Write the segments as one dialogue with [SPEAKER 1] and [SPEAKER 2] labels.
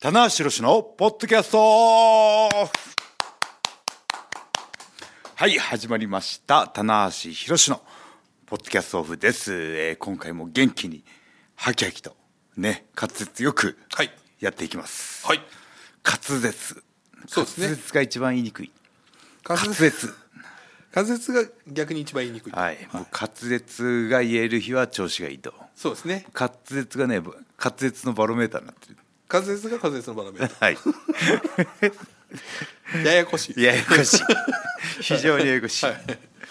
[SPEAKER 1] 棚橋宏のポッドキャストはい始まりました棚橋宏のポッドキャストオフです、えー今回も元気にハキハキとね滑舌よく
[SPEAKER 2] はい
[SPEAKER 1] やっていきます、
[SPEAKER 2] はい。
[SPEAKER 1] 滑舌
[SPEAKER 2] そうですね
[SPEAKER 1] 滑舌が一番言いにくい
[SPEAKER 2] 滑
[SPEAKER 1] 滑
[SPEAKER 2] 舌
[SPEAKER 1] 舌
[SPEAKER 2] 滑舌が逆に一番言いにくい。
[SPEAKER 1] はい、もう滑舌が言える日は調子がいいと
[SPEAKER 2] そうですね。
[SPEAKER 1] 滑舌がね滑舌のバロメーターになってる
[SPEAKER 2] 滑舌が滑舌のバラメー
[SPEAKER 1] はい
[SPEAKER 2] ター。ややこしい。
[SPEAKER 1] ややこ しい非常にややこしい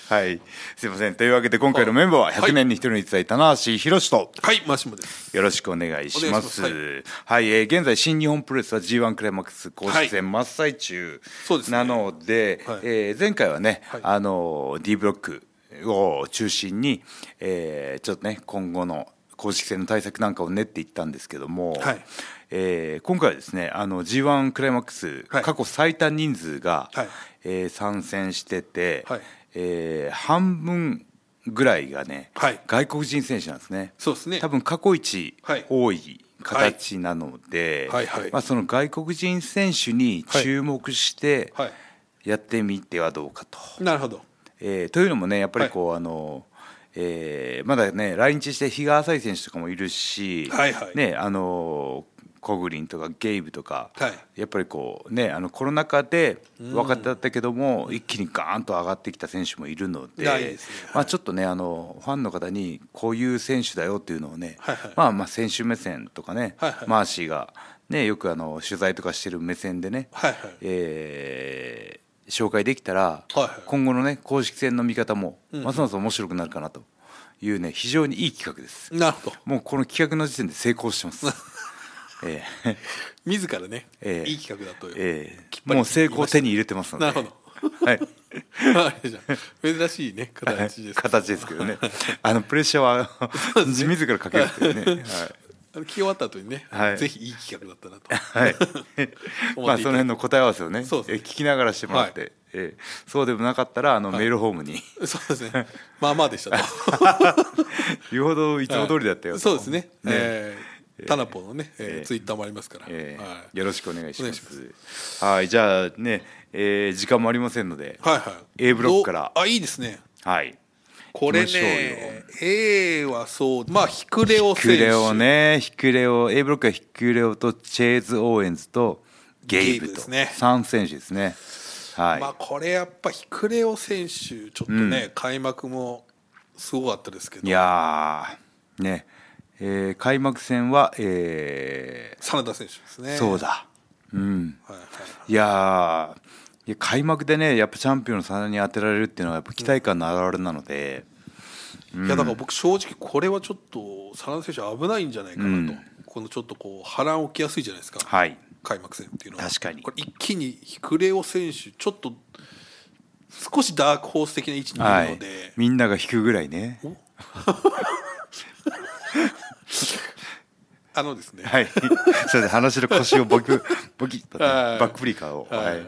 [SPEAKER 1] はい、すいませんというわけで今回のメンバーは
[SPEAKER 2] はい
[SPEAKER 1] 100年に1人に伝えた棚橋宏と
[SPEAKER 2] はい、マシモです。
[SPEAKER 1] よろしくお願いします
[SPEAKER 2] お願いし
[SPEAKER 1] はい、えー現在新日本プロレスは g 1クライマックス公式戦真っ最中
[SPEAKER 2] そうですね
[SPEAKER 1] なので、
[SPEAKER 2] はい
[SPEAKER 1] えー前回はね、
[SPEAKER 2] はい
[SPEAKER 1] あのー D ブロックを中心に、えーちょっとね今後の公式戦の対策なんかを練っていったんですけども、
[SPEAKER 2] はい
[SPEAKER 1] えー今回はですねあの g 1クライマックス、
[SPEAKER 2] はい
[SPEAKER 1] 過去最多人数が、
[SPEAKER 2] はい
[SPEAKER 1] えー参戦してて、
[SPEAKER 2] はい
[SPEAKER 1] えー半分ぐらいがね、
[SPEAKER 2] はい
[SPEAKER 1] 外国人選手なんですね。
[SPEAKER 2] そうですね。
[SPEAKER 1] 多分過去一
[SPEAKER 2] はい
[SPEAKER 1] 多い形なので、
[SPEAKER 2] はいはいはい
[SPEAKER 1] まあ、その外国人選手に注目して
[SPEAKER 2] はい。
[SPEAKER 1] やってみてはどうかと。
[SPEAKER 2] なるほど。
[SPEAKER 1] えーというのもねやっぱりこう、あのえーまだね来日して日が浅い選手とかもいるし、
[SPEAKER 2] はいはい
[SPEAKER 1] ね、あのコグリンとかゲイブとか、
[SPEAKER 2] はい
[SPEAKER 1] やっぱりこうねあのコロナ禍で若手だったけども、一気にガーンと上がってきた選手もいるので
[SPEAKER 2] ないですね
[SPEAKER 1] まあ、ちょっとねあのファンの方にこういう選手だよっていうのをね、
[SPEAKER 2] はいはい
[SPEAKER 1] まあ、まあ選手目線とかね、
[SPEAKER 2] はいはい
[SPEAKER 1] マーシーが、ね、よくあの取材とかしてる目線でね、
[SPEAKER 2] はいはい
[SPEAKER 1] えー紹介できたら、
[SPEAKER 2] いはい
[SPEAKER 1] 今後のね公式戦の見方もますます面白くなるかなというね非常にいい企画です。
[SPEAKER 2] なるほど。
[SPEAKER 1] もうこの企画の時点で成功して ます。ええ
[SPEAKER 2] 自らね、
[SPEAKER 1] ええ
[SPEAKER 2] いい企画だと。
[SPEAKER 1] え
[SPEAKER 2] きっ
[SPEAKER 1] え
[SPEAKER 2] ぱり
[SPEAKER 1] もう成功を手に入れてますので。
[SPEAKER 2] なるほど。
[SPEAKER 1] はい。
[SPEAKER 2] あれじゃん珍しいね、形です。
[SPEAKER 1] 形ですけどね。あのプレッシャーはあの自らかけるっていうね。
[SPEAKER 2] あの聞き終わった後にね
[SPEAKER 1] はい、
[SPEAKER 2] ぜひいい企画だったなと。
[SPEAKER 1] はい。はい。まあその辺の答え合わせをね、
[SPEAKER 2] そうです
[SPEAKER 1] え
[SPEAKER 2] ね
[SPEAKER 1] 聞きながらしてもらって、
[SPEAKER 2] は
[SPEAKER 1] ええそうでもなかったらあのメールホーム に、
[SPEAKER 2] そうですね。まあまあでし たと。
[SPEAKER 1] 言うほどいつも通りだったよと。
[SPEAKER 2] そうですね。えータナポのね、えーツイッターもありますから。
[SPEAKER 1] えー
[SPEAKER 2] はい
[SPEAKER 1] よろしくお願いしま
[SPEAKER 2] お願いし
[SPEAKER 1] す。はい、じゃあね、えー時間もありませんので、
[SPEAKER 2] はいはい。
[SPEAKER 1] A ブロックから
[SPEAKER 2] どうあ、いいですね。
[SPEAKER 1] はい、
[SPEAKER 2] これ
[SPEAKER 1] 行きま
[SPEAKER 2] ね A はそうまあヒクレオ
[SPEAKER 1] ヒク
[SPEAKER 2] 選手
[SPEAKER 1] レオね、ヒクレオ、A ブロックはヒクレオとチェーズ・オーエンズとゲイブ
[SPEAKER 2] ゲイブで
[SPEAKER 1] と
[SPEAKER 2] すね
[SPEAKER 1] 三選手ですね。はい、
[SPEAKER 2] まあこれやっぱヒクレオ選手ちょっとね、開幕もすごかったですけど
[SPEAKER 1] いやーね、えー開幕戦は、え
[SPEAKER 2] 真田選手です
[SPEAKER 1] ー
[SPEAKER 2] ね
[SPEAKER 1] そう、だ、うん、
[SPEAKER 2] はいはい
[SPEAKER 1] いやーいや開幕でね、やっぱチャンピオンの差に当てられるっていうのはやっぱ期待感の表れなので。
[SPEAKER 2] いやだから僕正直これはちょっと真田選手危ないんじゃないかなと、このちょっとこう波乱起きやすいじゃないですか、
[SPEAKER 1] はい
[SPEAKER 2] 開幕戦っていうのは
[SPEAKER 1] 確かに
[SPEAKER 2] これ一気にヒクレオ選手ちょっと少しダークホース的な位置にい
[SPEAKER 1] は
[SPEAKER 2] る
[SPEAKER 1] い
[SPEAKER 2] ので、、
[SPEAKER 1] みんなが引くぐらいね。
[SPEAKER 2] あのですね、
[SPEAKER 1] はい、それで話の腰をボキボキッとね、
[SPEAKER 2] はい
[SPEAKER 1] バックフリーカーを、は
[SPEAKER 2] はいい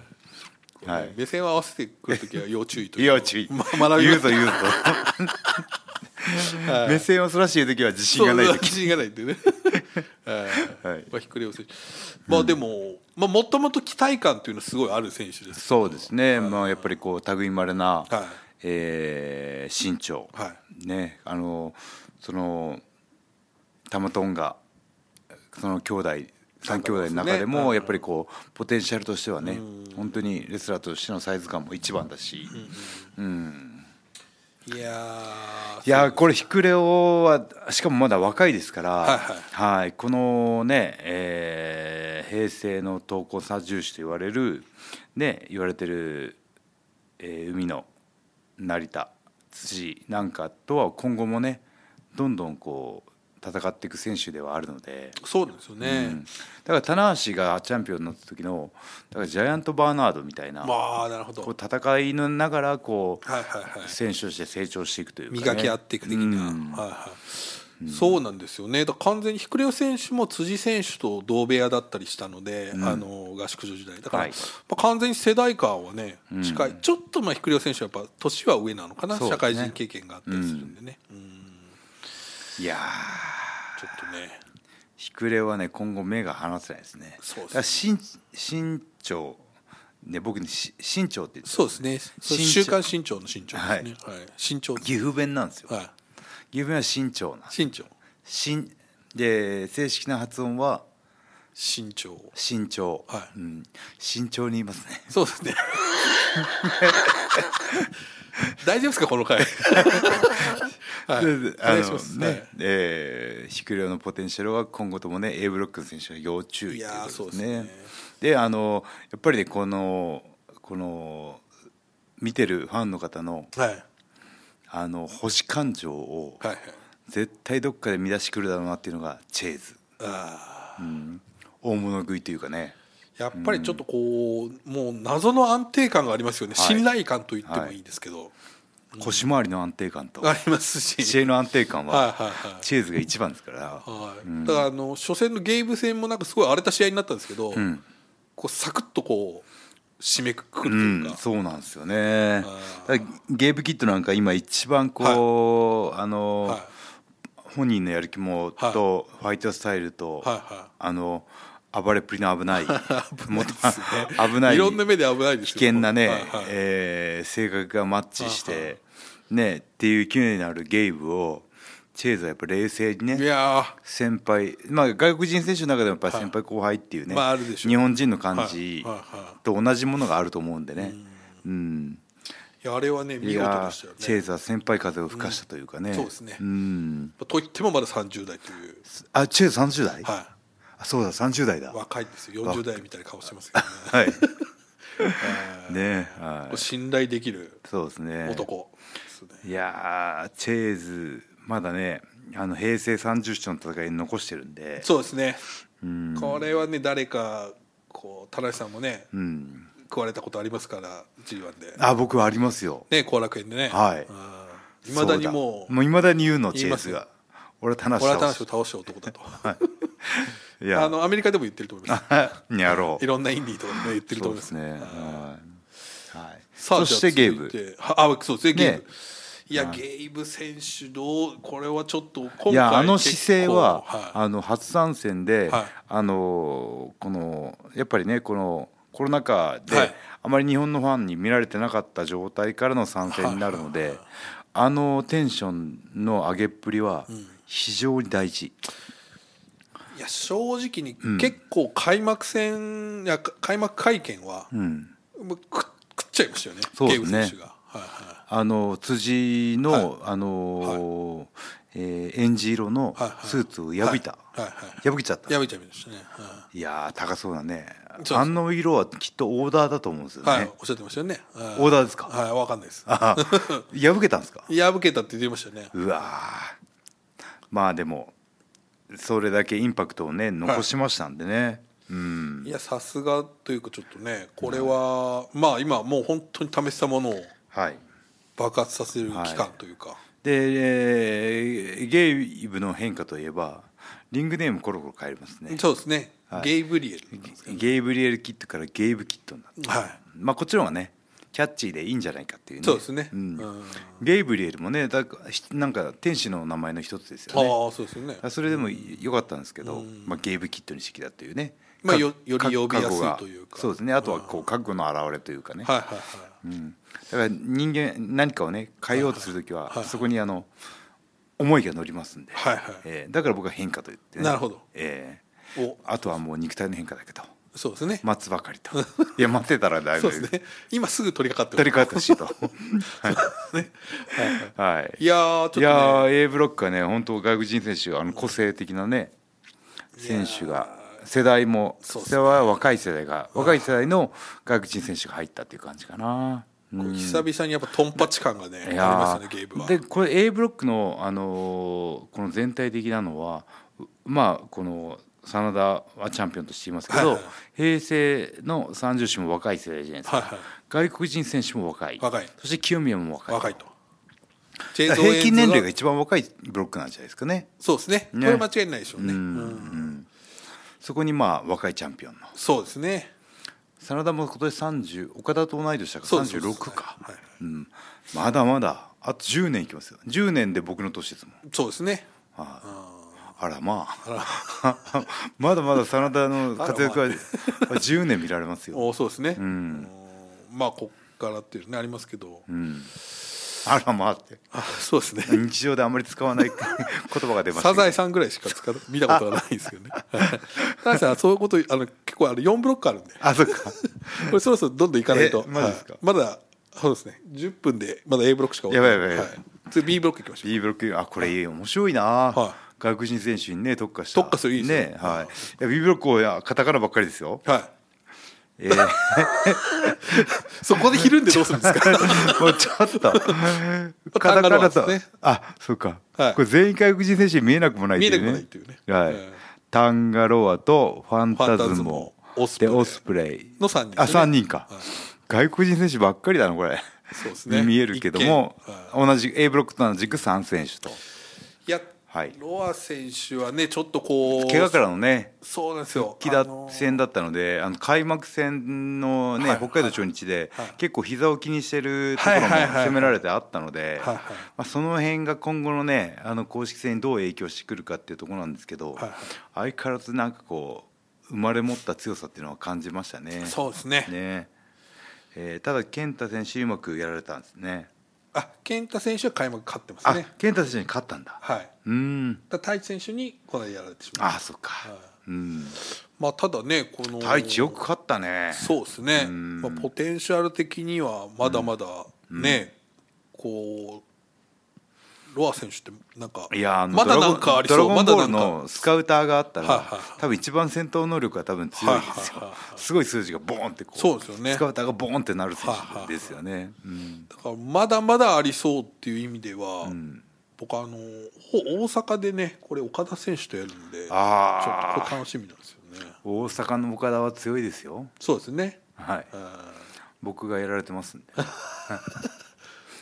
[SPEAKER 1] はい
[SPEAKER 2] 目線を合わせてくると きは要注意という
[SPEAKER 1] 要注意、
[SPEAKER 2] ま学び
[SPEAKER 1] 言
[SPEAKER 2] ま
[SPEAKER 1] う
[SPEAKER 2] す
[SPEAKER 1] ぞ言うぞ、目線をそらしている時は自信がない
[SPEAKER 2] そう
[SPEAKER 1] 時
[SPEAKER 2] 自信がないってね はい
[SPEAKER 1] はい
[SPEAKER 2] まあひっくり返せまあでもまあもともと期待感というのはすごいある選手です
[SPEAKER 1] そうですね、まあ、やっぱりこう類いまれな、
[SPEAKER 2] はい
[SPEAKER 1] えー身長、
[SPEAKER 2] は
[SPEAKER 1] ねあのそのタマトンがその兄弟三兄弟の中で
[SPEAKER 2] そうです
[SPEAKER 1] も
[SPEAKER 2] ね
[SPEAKER 1] やっぱりこうポテンシャルとしてはね本当にレスラーとしてのサイズ感も一番だし、
[SPEAKER 2] いやー
[SPEAKER 1] いやーこれヒクレオはしかもまだ若いですから、
[SPEAKER 2] はいは
[SPEAKER 1] はいこのね、えー平成の闘魂三重視と言われるね言われてる、えー海の成田辻なんかとは今後もねどんどんこう戦っていく選手ではあるので。
[SPEAKER 2] そうなんですよね、
[SPEAKER 1] うんだから棚橋がチャンピオンになった時のだからジャイアント・バーナードみたいな、
[SPEAKER 2] まあなるほど
[SPEAKER 1] こう戦いながらこう、
[SPEAKER 2] はいはいはい
[SPEAKER 1] 選手として成長していくというか、ね、
[SPEAKER 2] 磨き合っていく的な、
[SPEAKER 1] うん
[SPEAKER 2] はいはいそうなんですよねだから完全にヒクレオ選手も辻選手と同部屋だったりしたので、あの合宿所時代だから、
[SPEAKER 1] はい
[SPEAKER 2] まあ、完全に世代間はね近い、ちょっとまあヒクレオ選手はやっぱ年は上なのかな、
[SPEAKER 1] そうです
[SPEAKER 2] 社
[SPEAKER 1] ね
[SPEAKER 2] 会人経験があったりするんでね、うん
[SPEAKER 1] いやー
[SPEAKER 2] ちょっとね
[SPEAKER 1] ひくれはね今後目が離せないですね
[SPEAKER 2] そうですね
[SPEAKER 1] だから身身長ね僕にし身長って言って
[SPEAKER 2] そうですね「
[SPEAKER 1] 新潮
[SPEAKER 2] 週刊新潮」の新潮ですね、はい新潮、
[SPEAKER 1] 岐阜弁なんですよ、
[SPEAKER 2] は、
[SPEAKER 1] 岐阜弁は身長ない
[SPEAKER 2] 新潮
[SPEAKER 1] 身で正式な発音は
[SPEAKER 2] 新潮
[SPEAKER 1] 身長、
[SPEAKER 2] は
[SPEAKER 1] う
[SPEAKER 2] い
[SPEAKER 1] ん、慎重に言いますね
[SPEAKER 2] そうですね 大丈夫ですかこの 回 はいお
[SPEAKER 1] あ
[SPEAKER 2] 願いし
[SPEAKER 1] の
[SPEAKER 2] ます
[SPEAKER 1] ね、
[SPEAKER 2] はい
[SPEAKER 1] えー、ヒクレオのポテンシャルは今後ともね A ブロックの選手は要注意とい
[SPEAKER 2] いや
[SPEAKER 1] う
[SPEAKER 2] ー
[SPEAKER 1] ことです
[SPEAKER 2] そう
[SPEAKER 1] ね
[SPEAKER 2] ですね
[SPEAKER 1] であのやっぱりねこのこの見てるファンの方の
[SPEAKER 2] はいはい
[SPEAKER 1] あの星感情を
[SPEAKER 2] はい
[SPEAKER 1] 絶対どっかで乱してくるだろうなっていうのがチェーズ
[SPEAKER 2] あー
[SPEAKER 1] 大物食いというかね
[SPEAKER 2] やっぱりちょっとこう、もう謎の安定感がありますよね、
[SPEAKER 1] はい
[SPEAKER 2] 信頼感と言ってもいいですけど、
[SPEAKER 1] 腰回りの安定感と
[SPEAKER 2] ありますし
[SPEAKER 1] 試合の安定感
[SPEAKER 2] はい
[SPEAKER 1] は
[SPEAKER 2] はいはい
[SPEAKER 1] チェーズが一番ですから
[SPEAKER 2] はいだからあの初戦のゲーム戦もなんかすごい荒れた試合になったんですけど、
[SPEAKER 1] ん
[SPEAKER 2] こうサクッとこう締めくくると
[SPEAKER 1] う
[SPEAKER 2] いうんか、、
[SPEAKER 1] そうなんですよね
[SPEAKER 2] あ。
[SPEAKER 1] だからゲームキットなんか今一番こう、あの、
[SPEAKER 2] はい
[SPEAKER 1] 本人のやる気もと、ファイトスタイルと、
[SPEAKER 2] はいはい
[SPEAKER 1] あの暴れっぷりの危 ないもっと
[SPEAKER 2] ですね
[SPEAKER 1] 危ない
[SPEAKER 2] いろんな目で危ないです
[SPEAKER 1] 危
[SPEAKER 2] よ
[SPEAKER 1] 険なね、
[SPEAKER 2] はいはい
[SPEAKER 1] えー性格がマッチし
[SPEAKER 2] はいは
[SPEAKER 1] て、ねっていう勢いのあるゲイブをチェイズはやっぱ冷静に
[SPEAKER 2] い
[SPEAKER 1] ね
[SPEAKER 2] や
[SPEAKER 1] 先輩、まあ、外国人選手の中でもやっぱり
[SPEAKER 2] はい
[SPEAKER 1] 先輩後輩っていうね、
[SPEAKER 2] まああるでしょう
[SPEAKER 1] 日本人の感
[SPEAKER 2] はい
[SPEAKER 1] じ
[SPEAKER 2] はいは
[SPEAKER 1] と同じものがあると思うんでね。うん
[SPEAKER 2] ーいやあれはね
[SPEAKER 1] い
[SPEAKER 2] 見事
[SPEAKER 1] や
[SPEAKER 2] でしたよ
[SPEAKER 1] ー
[SPEAKER 2] ね
[SPEAKER 1] チェイズは先輩風を吹かしたというかね、
[SPEAKER 2] そうですね
[SPEAKER 1] ん
[SPEAKER 2] と言ってもまだ30代という、
[SPEAKER 1] あチェイズ30代、
[SPEAKER 2] は
[SPEAKER 1] あそうだ30代だ
[SPEAKER 2] い、
[SPEAKER 1] は
[SPEAKER 2] 若いですよ40代みたいな顔してますけどね
[SPEAKER 1] い ねはい
[SPEAKER 2] 信頼できる
[SPEAKER 1] そうですね
[SPEAKER 2] 男ですね
[SPEAKER 1] いやーチェイズまだねあの平成30章の戦いに残してるんで
[SPEAKER 2] そうですねこれはね誰かこう田中さんもね、
[SPEAKER 1] うん
[SPEAKER 2] 食われたことありますから G1 で
[SPEAKER 1] あ僕はありますよ
[SPEAKER 2] ね後楽園でね
[SPEAKER 1] はい
[SPEAKER 2] いまだにも
[SPEAKER 1] そうういまだに言うのチェ
[SPEAKER 2] 言い
[SPEAKER 1] イ
[SPEAKER 2] ます
[SPEAKER 1] ズ
[SPEAKER 2] よ
[SPEAKER 1] が俺は田中
[SPEAKER 2] 俺は田
[SPEAKER 1] 倒
[SPEAKER 2] 中
[SPEAKER 1] す
[SPEAKER 2] を倒した男 だと
[SPEAKER 1] い
[SPEAKER 2] あ
[SPEAKER 1] や
[SPEAKER 2] のアメリカでも言ってると思 います
[SPEAKER 1] にやろう
[SPEAKER 2] いろんなインディーとかでね言ってると
[SPEAKER 1] そう
[SPEAKER 2] 思い
[SPEAKER 1] で
[SPEAKER 2] ますす
[SPEAKER 1] ねはいはい
[SPEAKER 2] さあ
[SPEAKER 1] そして
[SPEAKER 2] じ
[SPEAKER 1] ゲ
[SPEAKER 2] ゃあ
[SPEAKER 1] ー
[SPEAKER 2] 続い
[SPEAKER 1] ム
[SPEAKER 2] てはあそうですねゲーム
[SPEAKER 1] ね
[SPEAKER 2] いやゲーム選手どうこれはちょっと今回
[SPEAKER 1] いやあの姿勢は、
[SPEAKER 2] 結構い
[SPEAKER 1] あの初参戦で、
[SPEAKER 2] はい
[SPEAKER 1] あのこのやっぱりねこのコロナ禍で、
[SPEAKER 2] はい
[SPEAKER 1] あまり日本のファンに見られてなかった状態からの参戦になるので、あのテンションの上げっぷりは非常に大事、
[SPEAKER 2] いや正直に結構開幕戦、いや開幕会見は、
[SPEAKER 1] うん
[SPEAKER 2] もうく食っちゃいましたよね
[SPEAKER 1] そうですね
[SPEAKER 2] ゲーム選手が、はいは
[SPEAKER 1] あの辻の、あのえー、エンジ色の
[SPEAKER 2] はいはい
[SPEAKER 1] スーツを破いた、
[SPEAKER 2] はいはいは
[SPEAKER 1] 破けちゃった
[SPEAKER 2] い、やめちゃいましたね、はい
[SPEAKER 1] やー高そうなね
[SPEAKER 2] うです
[SPEAKER 1] あの色はきっとオーダーだと思うんですよね、
[SPEAKER 2] いはい、おっしゃってましたよね、はい
[SPEAKER 1] オーダーですか
[SPEAKER 2] はいわかんないです
[SPEAKER 1] あ破けたんですか
[SPEAKER 2] 破けたって言ってましたよね
[SPEAKER 1] うわーまあでもそれだけインパクトをね残しましたんでね、うん
[SPEAKER 2] いやさすがというかちょっとねこれは、まあ今もう本当に試したものを
[SPEAKER 1] はい
[SPEAKER 2] 爆発させる期間というか、
[SPEAKER 1] で、えーゲイブの変化といえばリングネームコロコロ変えますね
[SPEAKER 2] そうですね、
[SPEAKER 1] はい
[SPEAKER 2] ゲイブリエルなんですけ
[SPEAKER 1] ゲイブリエルキットからゲイブキットになった
[SPEAKER 2] どはい
[SPEAKER 1] まあこっちの方がねキャッチーでいいんじゃないかっていうね
[SPEAKER 2] そうですね、
[SPEAKER 1] ん
[SPEAKER 2] うん
[SPEAKER 1] ゲイブリエルもねだからひなんか天使の名前の一つですよね
[SPEAKER 2] ああそうですよね
[SPEAKER 1] あそれでも良かったんですけど、まあ、ゲームキットにしてきたというね、
[SPEAKER 2] まあ
[SPEAKER 1] か
[SPEAKER 2] よより呼びやすい
[SPEAKER 1] 覚悟が
[SPEAKER 2] というか
[SPEAKER 1] そうですねあとはこう覚悟の表れというかね、
[SPEAKER 2] はいはいはい
[SPEAKER 1] うん、だから人間何かをね変えようとする時は、
[SPEAKER 2] はい
[SPEAKER 1] そこにあの思いが乗りますんで、
[SPEAKER 2] はいはい
[SPEAKER 1] えーだから僕は変化と言ってね
[SPEAKER 2] なるほど
[SPEAKER 1] えー
[SPEAKER 2] お
[SPEAKER 1] あとはもう肉体の変化だけど
[SPEAKER 2] そうですね、
[SPEAKER 1] 待つばかりといや待ってたらだいぶ
[SPEAKER 2] そうですね今すぐ取り掛かって
[SPEAKER 1] 取り
[SPEAKER 2] ま
[SPEAKER 1] 替えてほしいと はい、はい
[SPEAKER 2] すいやーちょっと、
[SPEAKER 1] い
[SPEAKER 2] ね、
[SPEAKER 1] やー A ブロックはね本当外国人選手あの個性的なね選手が世代も
[SPEAKER 2] そうっすね
[SPEAKER 1] 世代は若い世代が若い世代の外国人選手が入ったっていう感じかな。うん
[SPEAKER 2] こう久々にやっぱトンパチ感がねあ
[SPEAKER 1] い
[SPEAKER 2] り
[SPEAKER 1] やー
[SPEAKER 2] ましたねゲームは
[SPEAKER 1] でこれ A ブロックの、あのーこの全体的なのはうまあこの真田はチャンピオンとしていますけど、
[SPEAKER 2] はいはい
[SPEAKER 1] 平成の30種も若い世代じゃないですか、
[SPEAKER 2] はいはい
[SPEAKER 1] 外国人選手も若い
[SPEAKER 2] 若い
[SPEAKER 1] そして清宮も若い
[SPEAKER 2] 若いとチェ
[SPEAKER 1] だ
[SPEAKER 2] イ
[SPEAKER 1] か
[SPEAKER 2] ソ
[SPEAKER 1] ら
[SPEAKER 2] ー
[SPEAKER 1] 平均
[SPEAKER 2] エ
[SPEAKER 1] 年
[SPEAKER 2] ンズは
[SPEAKER 1] 齢が一番若いブロックなんじゃないですかね。
[SPEAKER 2] そうですね
[SPEAKER 1] ね
[SPEAKER 2] これ間違いないでしょうね、
[SPEAKER 1] うんうんそこにまあ若いチャンピオンの
[SPEAKER 2] そうですね
[SPEAKER 1] 真田も今年30岡田と同い年だか
[SPEAKER 2] そう
[SPEAKER 1] ら
[SPEAKER 2] です
[SPEAKER 1] 36か、
[SPEAKER 2] はいはい
[SPEAKER 1] うん、まだまだあと10年いきますよ10年で僕の年ですもん
[SPEAKER 2] そうですね
[SPEAKER 1] はいああらまあ まだまだ真田の活躍は10年見られますよ、
[SPEAKER 2] おそうですね、
[SPEAKER 1] うん
[SPEAKER 2] うんまあこっからっていうねありますけど、
[SPEAKER 1] うん、あらまあって
[SPEAKER 2] あそうです ね
[SPEAKER 1] 日常であんまり使わない 言葉が出ました
[SPEAKER 2] サ
[SPEAKER 1] けど
[SPEAKER 2] ザエさんぐらいしか 使う見たことがないですよね。サザエさんはそういうことあの結構あの4ブロックあるんで
[SPEAKER 1] あそっか
[SPEAKER 2] これそろそろどんどん行かないと
[SPEAKER 1] えマジですか
[SPEAKER 2] はいまだそうですね10分でまだ A ブロックしか
[SPEAKER 1] やばいやばいやばい
[SPEAKER 2] はい次 B ブロック行きましょう
[SPEAKER 1] B ブロックあこれ面白いな、
[SPEAKER 2] は
[SPEAKER 1] 外国人選手にね特化した
[SPEAKER 2] 特化するいいですね
[SPEAKER 1] ねはいいや B ブロックをいやカタカナばっかりですよ、
[SPEAKER 2] は
[SPEAKER 1] えー
[SPEAKER 2] いそこでひるんでどうするんで すか
[SPEAKER 1] もうちょっ とカタカナ
[SPEAKER 2] 単語なん
[SPEAKER 1] と、
[SPEAKER 2] ですね
[SPEAKER 1] あそうか、
[SPEAKER 2] はい
[SPEAKER 1] これ全員外国人選手に見えなくもないって
[SPEAKER 2] 見
[SPEAKER 1] い
[SPEAKER 2] え
[SPEAKER 1] う
[SPEAKER 2] な
[SPEAKER 1] ね
[SPEAKER 2] くもないっていうね
[SPEAKER 1] はい、
[SPEAKER 2] うん
[SPEAKER 1] タンガロアとファンタズ
[SPEAKER 2] ファンタズ
[SPEAKER 1] モ
[SPEAKER 2] モオスプ
[SPEAKER 1] で
[SPEAKER 2] レイ
[SPEAKER 1] オスプレイ
[SPEAKER 2] の3人ですね
[SPEAKER 1] あ三人か、
[SPEAKER 2] はい
[SPEAKER 1] 外国人選手ばっかりだなこれ
[SPEAKER 2] そうですね
[SPEAKER 1] に見えるけども
[SPEAKER 2] 一見はい
[SPEAKER 1] 同じ A ブロックと同じく3選手と
[SPEAKER 2] いや、
[SPEAKER 1] はい
[SPEAKER 2] ロア選手はねちょっとこう
[SPEAKER 1] 怪我からのね
[SPEAKER 2] そうなんですよ
[SPEAKER 1] 木田
[SPEAKER 2] あの
[SPEAKER 1] 戦だったのであの開幕戦の、ね
[SPEAKER 2] はい
[SPEAKER 1] 北海道初日で、
[SPEAKER 2] はい
[SPEAKER 1] 結構膝を気にしてるところも
[SPEAKER 2] はいはいはいはい
[SPEAKER 1] 攻められてあったので、
[SPEAKER 2] はいはい
[SPEAKER 1] まあ、その辺が今後のねあの公式戦にどう影響してくるかっていうところなんですけど、
[SPEAKER 2] はいはい
[SPEAKER 1] 相変わらずなんかこう生まれ持った強さっていうのは感じましたね。
[SPEAKER 2] そうですね
[SPEAKER 1] ねえーただ健太選手うまくやられたんですね。
[SPEAKER 2] あ健太選手は開幕勝ってます
[SPEAKER 1] あ
[SPEAKER 2] ね
[SPEAKER 1] 健太選手に勝ったんだ。
[SPEAKER 2] はいう
[SPEAKER 1] ーん
[SPEAKER 2] だ太一選手にこの間やられてしまう
[SPEAKER 1] あそっか、うん
[SPEAKER 2] まあただねこの
[SPEAKER 1] 太一よく勝ったね。
[SPEAKER 2] そうですね、
[SPEAKER 1] うん
[SPEAKER 2] まあ、ポテンシャル的にはまだまだね、こうロア選手ってなんか
[SPEAKER 1] いやあの
[SPEAKER 2] まだなんかありそう
[SPEAKER 1] ドラゴンドラゴ
[SPEAKER 2] まだ
[SPEAKER 1] ンボ
[SPEAKER 2] な
[SPEAKER 1] ー
[SPEAKER 2] ん
[SPEAKER 1] ル
[SPEAKER 2] か
[SPEAKER 1] のスカウターがあったら、
[SPEAKER 2] はいはいはい
[SPEAKER 1] 多分一番戦闘能力が多分強いですよ、
[SPEAKER 2] はいはいはいは
[SPEAKER 1] すごい数字がボーンってこう
[SPEAKER 2] そうですよね
[SPEAKER 1] スカウターがボーンってなる選手ですよね、うん
[SPEAKER 2] だからまだまだありそうっていう意味では、
[SPEAKER 1] ん
[SPEAKER 2] 僕あのほ大阪でねこれ岡田選手とやるんでちょっ
[SPEAKER 1] あー
[SPEAKER 2] とこれ楽しみなんですよね
[SPEAKER 1] 大阪の岡田は強いですよ
[SPEAKER 2] そうですね
[SPEAKER 1] はい
[SPEAKER 2] あ
[SPEAKER 1] 僕がやられて ますんで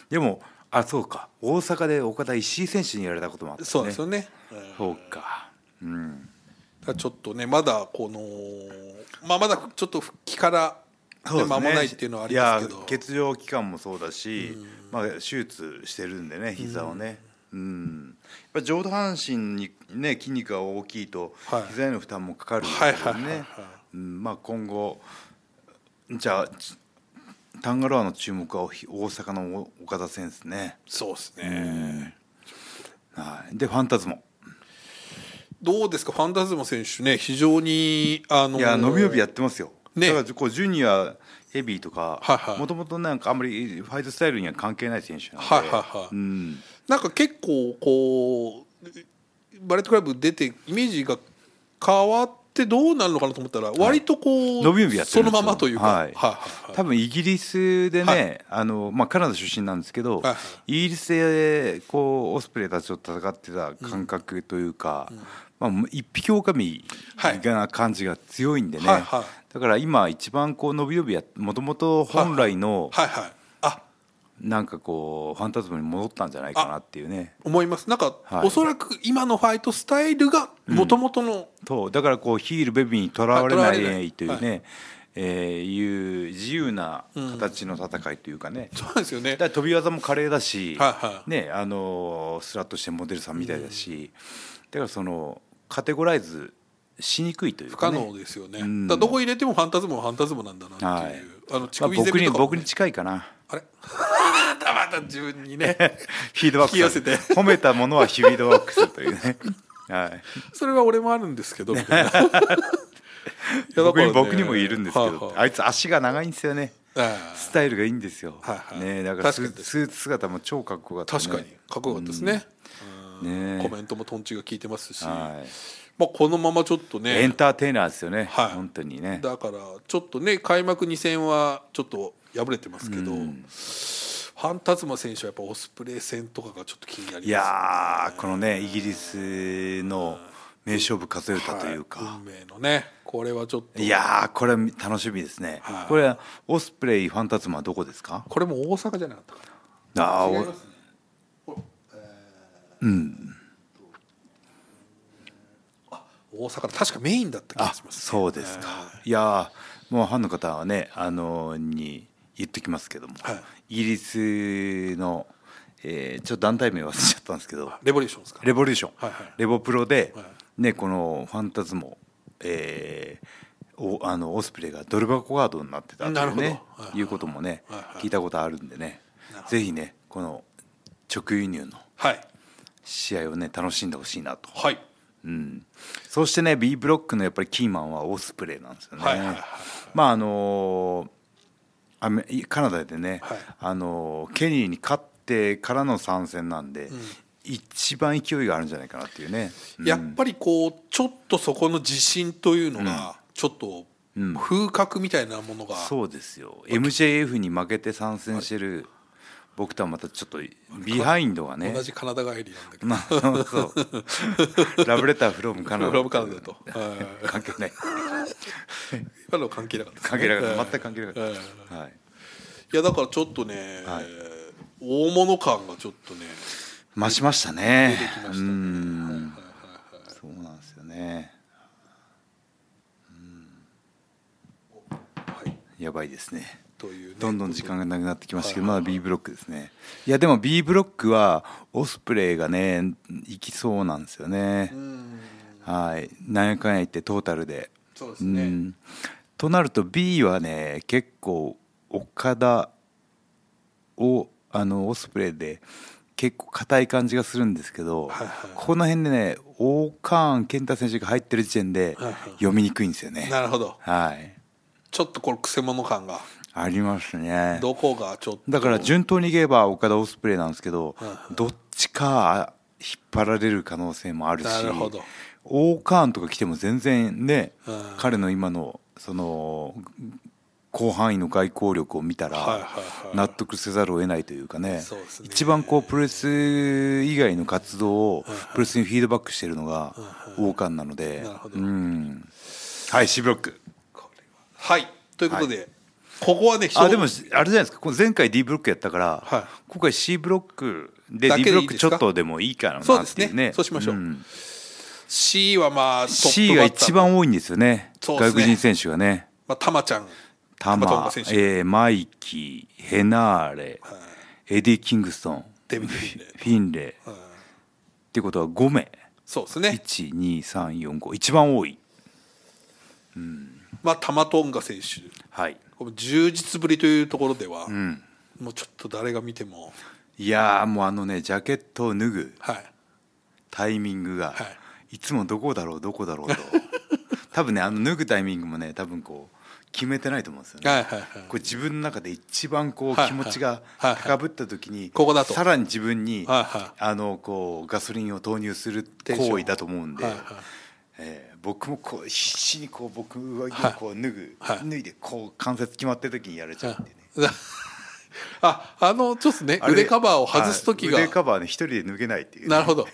[SPEAKER 1] でもあそうか大阪で岡田石井選手にやられたこともあった
[SPEAKER 2] ー
[SPEAKER 1] ね
[SPEAKER 2] そうなんですよねうん
[SPEAKER 1] そうかうん
[SPEAKER 2] だからちょっとねまだこの、まあ、まだちょっと復帰から、ね
[SPEAKER 1] そうですね
[SPEAKER 2] 間もないっていうのはありますけど
[SPEAKER 1] いや欠場期間もそうだし、まあ、手術してるんでね膝をね、うんやっぱ上半身に、ね、筋肉が大きいと
[SPEAKER 2] はい
[SPEAKER 1] 膝への負担もかかるん
[SPEAKER 2] はい
[SPEAKER 1] です
[SPEAKER 2] は
[SPEAKER 1] よ
[SPEAKER 2] いはいはい
[SPEAKER 1] ねうんまあ今後じゃあちタンガロアの注目はお大阪の岡田選手ですね、
[SPEAKER 2] そうですね、
[SPEAKER 1] はい、でファンタズモ
[SPEAKER 2] どうですか、ファンタズモ選手ね、非常に、あの
[SPEAKER 1] いや伸び伸びやってますよ、
[SPEAKER 2] ね
[SPEAKER 1] だからこうジュニアヘビーと
[SPEAKER 2] はいは
[SPEAKER 1] か
[SPEAKER 2] い
[SPEAKER 1] もともとなんかあんまりファイトスタイルには関係ない選手なんで、
[SPEAKER 2] はいはいはい
[SPEAKER 1] うん
[SPEAKER 2] なんか結構、こう、バレットクラブ出て、イメージが変わって、どうなるのかなと思ったら、割とこう、
[SPEAKER 1] 伸び伸びやってるんで
[SPEAKER 2] その
[SPEAKER 1] すよ
[SPEAKER 2] ままというか、
[SPEAKER 1] はい
[SPEAKER 2] はいはい
[SPEAKER 1] 多分イギリスでね、
[SPEAKER 2] はい
[SPEAKER 1] あのまあ、カナダ出身なんですけど、
[SPEAKER 2] はいは
[SPEAKER 1] イギリスでこうオスプレイたちと戦ってた感覚というか、まあ、一匹狼
[SPEAKER 2] はい
[SPEAKER 1] が感じが強いんでね、
[SPEAKER 2] はいはい
[SPEAKER 1] だから今一番こう伸び伸びやもともと本来の
[SPEAKER 2] はいはいあ
[SPEAKER 1] なんかこうファンタズムに戻ったんじゃないかなっていうね。
[SPEAKER 2] 思います、なんか、
[SPEAKER 1] はい
[SPEAKER 2] おそらく今のファイトスタイルが、もともとの、
[SPEAKER 1] とだからこうヒールベビーにとらわれ
[SPEAKER 2] あ
[SPEAKER 1] な
[SPEAKER 2] 囚われないい
[SPEAKER 1] というね、えーいう自由な形の戦いというかね、
[SPEAKER 2] そうなんですよね
[SPEAKER 1] だか、ら飛び技も華麗だし、
[SPEAKER 2] はいはい
[SPEAKER 1] ねあのースラッとしてモデルさんみたいだし、だからそのカテゴライズしにくいという
[SPEAKER 2] 不
[SPEAKER 1] か、
[SPEAKER 2] 可
[SPEAKER 1] ね、
[SPEAKER 2] 能ですよね、
[SPEAKER 1] ん
[SPEAKER 2] だからどこ入れてもファンタズモはファンタズモなんだなっていう、
[SPEAKER 1] はい
[SPEAKER 2] あの乳
[SPEAKER 1] まあ、
[SPEAKER 2] 首攻
[SPEAKER 1] 僕
[SPEAKER 2] め
[SPEAKER 1] に
[SPEAKER 2] とかも
[SPEAKER 1] 僕に近いかな
[SPEAKER 2] あれ また自分にね
[SPEAKER 1] フィードバック
[SPEAKER 2] 引き寄せ
[SPEAKER 1] 褒めたものはフィードバックするという ね、はい、
[SPEAKER 2] それは俺もあるんですけどみたい ないやだからね
[SPEAKER 1] 僕に僕にもいるんですけど、
[SPEAKER 2] はい
[SPEAKER 1] あ
[SPEAKER 2] はい
[SPEAKER 1] いつ足が長いんですよね
[SPEAKER 2] あ
[SPEAKER 1] スタイルがいいんですよ、
[SPEAKER 2] はいはい
[SPEAKER 1] ね、だからス
[SPEAKER 2] 確かに
[SPEAKER 1] スーツ姿も超かっこよか
[SPEAKER 2] あ
[SPEAKER 1] った、
[SPEAKER 2] 確
[SPEAKER 1] ね、
[SPEAKER 2] かにかっこよかったですね,うん、
[SPEAKER 1] ねえ
[SPEAKER 2] コメントもトンチが効いてますし、
[SPEAKER 1] はい
[SPEAKER 2] まあ、このままちょっと
[SPEAKER 1] エン
[SPEAKER 2] ね
[SPEAKER 1] ターテイナーですよね、
[SPEAKER 2] はい
[SPEAKER 1] 本当にね
[SPEAKER 2] だからちょっとね開幕2戦はちょっと敗れてますけど、ファンタズマ選手はやっぱオスプレイ戦とかがちょっと気になります、ね、
[SPEAKER 1] いやーこのねイギリスの名勝負数え歌というか、
[SPEAKER 2] はい運命のねこれはちょっと
[SPEAKER 1] い、やーこれは楽しみですね、
[SPEAKER 2] はい
[SPEAKER 1] これはオスプレイファンタズマはどこですか
[SPEAKER 2] これも大阪じゃなかったか
[SPEAKER 1] あ
[SPEAKER 2] な
[SPEAKER 1] ー
[SPEAKER 2] 違い
[SPEAKER 1] お
[SPEAKER 2] ますねこれうん大阪だ確かメインだった気
[SPEAKER 1] あ
[SPEAKER 2] がします
[SPEAKER 1] そうですか、い、やーもうファンの方はねあのーに言ってきますけども、
[SPEAKER 2] は
[SPEAKER 1] イギリスのえーちょっと団体名忘れちゃったんですけど
[SPEAKER 2] レボリューションですか
[SPEAKER 1] レボリューション、
[SPEAKER 2] はいはい
[SPEAKER 1] レボプロで、
[SPEAKER 2] はい
[SPEAKER 1] ね、このファンタズモ、えーおあのオスプレイがドル箱ガードになってたと
[SPEAKER 2] ないる
[SPEAKER 1] う
[SPEAKER 2] ほど
[SPEAKER 1] ね
[SPEAKER 2] はいはい
[SPEAKER 1] いうこともね、
[SPEAKER 2] はいはい
[SPEAKER 1] 聞いたことあるんでね
[SPEAKER 2] なるほど
[SPEAKER 1] ぜひねこの直輸入の
[SPEAKER 2] はい
[SPEAKER 1] 試合をね楽しんでほしいなと、
[SPEAKER 2] はい
[SPEAKER 1] うん、そしてね B ブロックのやっぱりキーマンはオスプレイなんですよね。
[SPEAKER 2] はいはいはいはい
[SPEAKER 1] まああのーアメカナダでね、
[SPEAKER 2] はい
[SPEAKER 1] あのーケニーに勝ってからの参戦なんで、一番勢いがあるんじゃないかなっていうね。うん
[SPEAKER 2] やっぱりこうちょっとそこの自信というのがちょっと
[SPEAKER 1] うん
[SPEAKER 2] 風格みたいなものが、
[SPEAKER 1] そうですよ MJF に負けて参戦してる僕とはまたちょっとビハインドがね
[SPEAKER 2] 同じカナダ帰りなんだけど、
[SPEAKER 1] まあそう ラブレターフロムカナダ
[SPEAKER 2] ラブカナダと、はい
[SPEAKER 1] 関係ない
[SPEAKER 2] 今のは関係なかったです
[SPEAKER 1] 関
[SPEAKER 2] ね、
[SPEAKER 1] 係なかった
[SPEAKER 2] はい
[SPEAKER 1] 全く関係なかった、はい、
[SPEAKER 2] いやだからちょっとね、
[SPEAKER 1] はい
[SPEAKER 2] 大物感がちょっとね
[SPEAKER 1] 増しましたね
[SPEAKER 2] 出てきまし
[SPEAKER 1] う
[SPEAKER 2] たね
[SPEAKER 1] ん
[SPEAKER 2] はいはいはいはい
[SPEAKER 1] そうなんですよね
[SPEAKER 2] はい
[SPEAKER 1] やばいですね
[SPEAKER 2] というね
[SPEAKER 1] どんどん時間がなくなってきましたけど、
[SPEAKER 2] はい
[SPEAKER 1] まだ B ブロックですね。いや、でも B ブロックはオスプレイがね、行きそうなんですよね
[SPEAKER 2] う。ん
[SPEAKER 1] はい、なんやかんや言ってトータルで。
[SPEAKER 2] そうですね、
[SPEAKER 1] うんとなると B はね、結構岡田をあのオスプレイで結構硬い感じがするんですけど、
[SPEAKER 2] はいはい
[SPEAKER 1] この辺でね、王冠健太選手が入ってる時点で
[SPEAKER 2] はいはい
[SPEAKER 1] 読みにくいんですよね。
[SPEAKER 2] なるほど
[SPEAKER 1] はい、
[SPEAKER 2] ちょっとこれくせ者感が
[SPEAKER 1] ありますね。
[SPEAKER 2] どこがちょっと
[SPEAKER 1] だから順当にいけば岡田オスプレイなんですけど、
[SPEAKER 2] はい
[SPEAKER 1] どっちか引っ張られる可能性もあるし
[SPEAKER 2] なるほど
[SPEAKER 1] オーカーンとか来ても全然ね、
[SPEAKER 2] うん
[SPEAKER 1] 彼の今のその広範囲の外交力を見た
[SPEAKER 2] はいはい
[SPEAKER 1] ら
[SPEAKER 2] はい
[SPEAKER 1] 納得せざるを得ないというかね,、
[SPEAKER 2] そうですね
[SPEAKER 1] 一番こうプロレス以外の活動をプロレスにフィードバックしてるのがオーカーンなので、
[SPEAKER 2] なるほど
[SPEAKER 1] うん、はい C ブロック。
[SPEAKER 2] これははいということで、ここはね
[SPEAKER 1] あでもあれじゃないですかこう前回 D ブロックやったから、
[SPEAKER 2] はい
[SPEAKER 1] 今回 C ブロックで
[SPEAKER 2] だ
[SPEAKER 1] D
[SPEAKER 2] け
[SPEAKER 1] ブロ
[SPEAKER 2] で
[SPEAKER 1] ッ
[SPEAKER 2] いい
[SPEAKER 1] ク
[SPEAKER 2] です
[SPEAKER 1] ち
[SPEAKER 2] か
[SPEAKER 1] ょっとでもいいかなってい
[SPEAKER 2] そうですねそうしましょうん C はまあトップバッター
[SPEAKER 1] C が一、番多いんですよね
[SPEAKER 2] そうですね
[SPEAKER 1] 外国人選手がね
[SPEAKER 2] まあ、タマちゃん
[SPEAKER 1] タ
[SPEAKER 2] タマトン
[SPEAKER 1] マ
[SPEAKER 2] ガ、選手
[SPEAKER 1] えーマイキーヘナーレ、エディ・キングストン
[SPEAKER 2] デビッドフィンレイ
[SPEAKER 1] フィンレイっ
[SPEAKER 2] うん
[SPEAKER 1] てことは5名
[SPEAKER 2] そうですね
[SPEAKER 1] 12345一番多い
[SPEAKER 2] まあタマトンガ選手
[SPEAKER 1] はい
[SPEAKER 2] この充実ぶりというところでは、
[SPEAKER 1] ん
[SPEAKER 2] もうちょっと誰が見ても
[SPEAKER 1] いやーもうあのねジャケットを脱ぐ
[SPEAKER 2] はい
[SPEAKER 1] タイミングが、、
[SPEAKER 2] はい
[SPEAKER 1] つもどこだろうどこだ ろうと多分ねあの脱ぐタイミングもね多分こう決めてないと思うんですよね、
[SPEAKER 2] はいはいはい
[SPEAKER 1] これ自分の中で一番こう
[SPEAKER 2] はい
[SPEAKER 1] 気持ちが
[SPEAKER 2] はいはい
[SPEAKER 1] 高ぶった時に
[SPEAKER 2] ここだと
[SPEAKER 1] さらに自分に、
[SPEAKER 2] はいはい
[SPEAKER 1] あのこうガソリンを投入する
[SPEAKER 2] テンション
[SPEAKER 1] 行為だと思うんで、
[SPEAKER 2] はいはい
[SPEAKER 1] えー僕もこう必死にこう僕上着をこう脱ぐ、
[SPEAKER 2] はい
[SPEAKER 1] 脱いでこう関節決まってる時にやれちゃうっていうね。
[SPEAKER 2] ああのちょっとね
[SPEAKER 1] あれ
[SPEAKER 2] 腕カバーを外す時が
[SPEAKER 1] はい腕カバーね一人で脱げないっていうね、
[SPEAKER 2] なるほど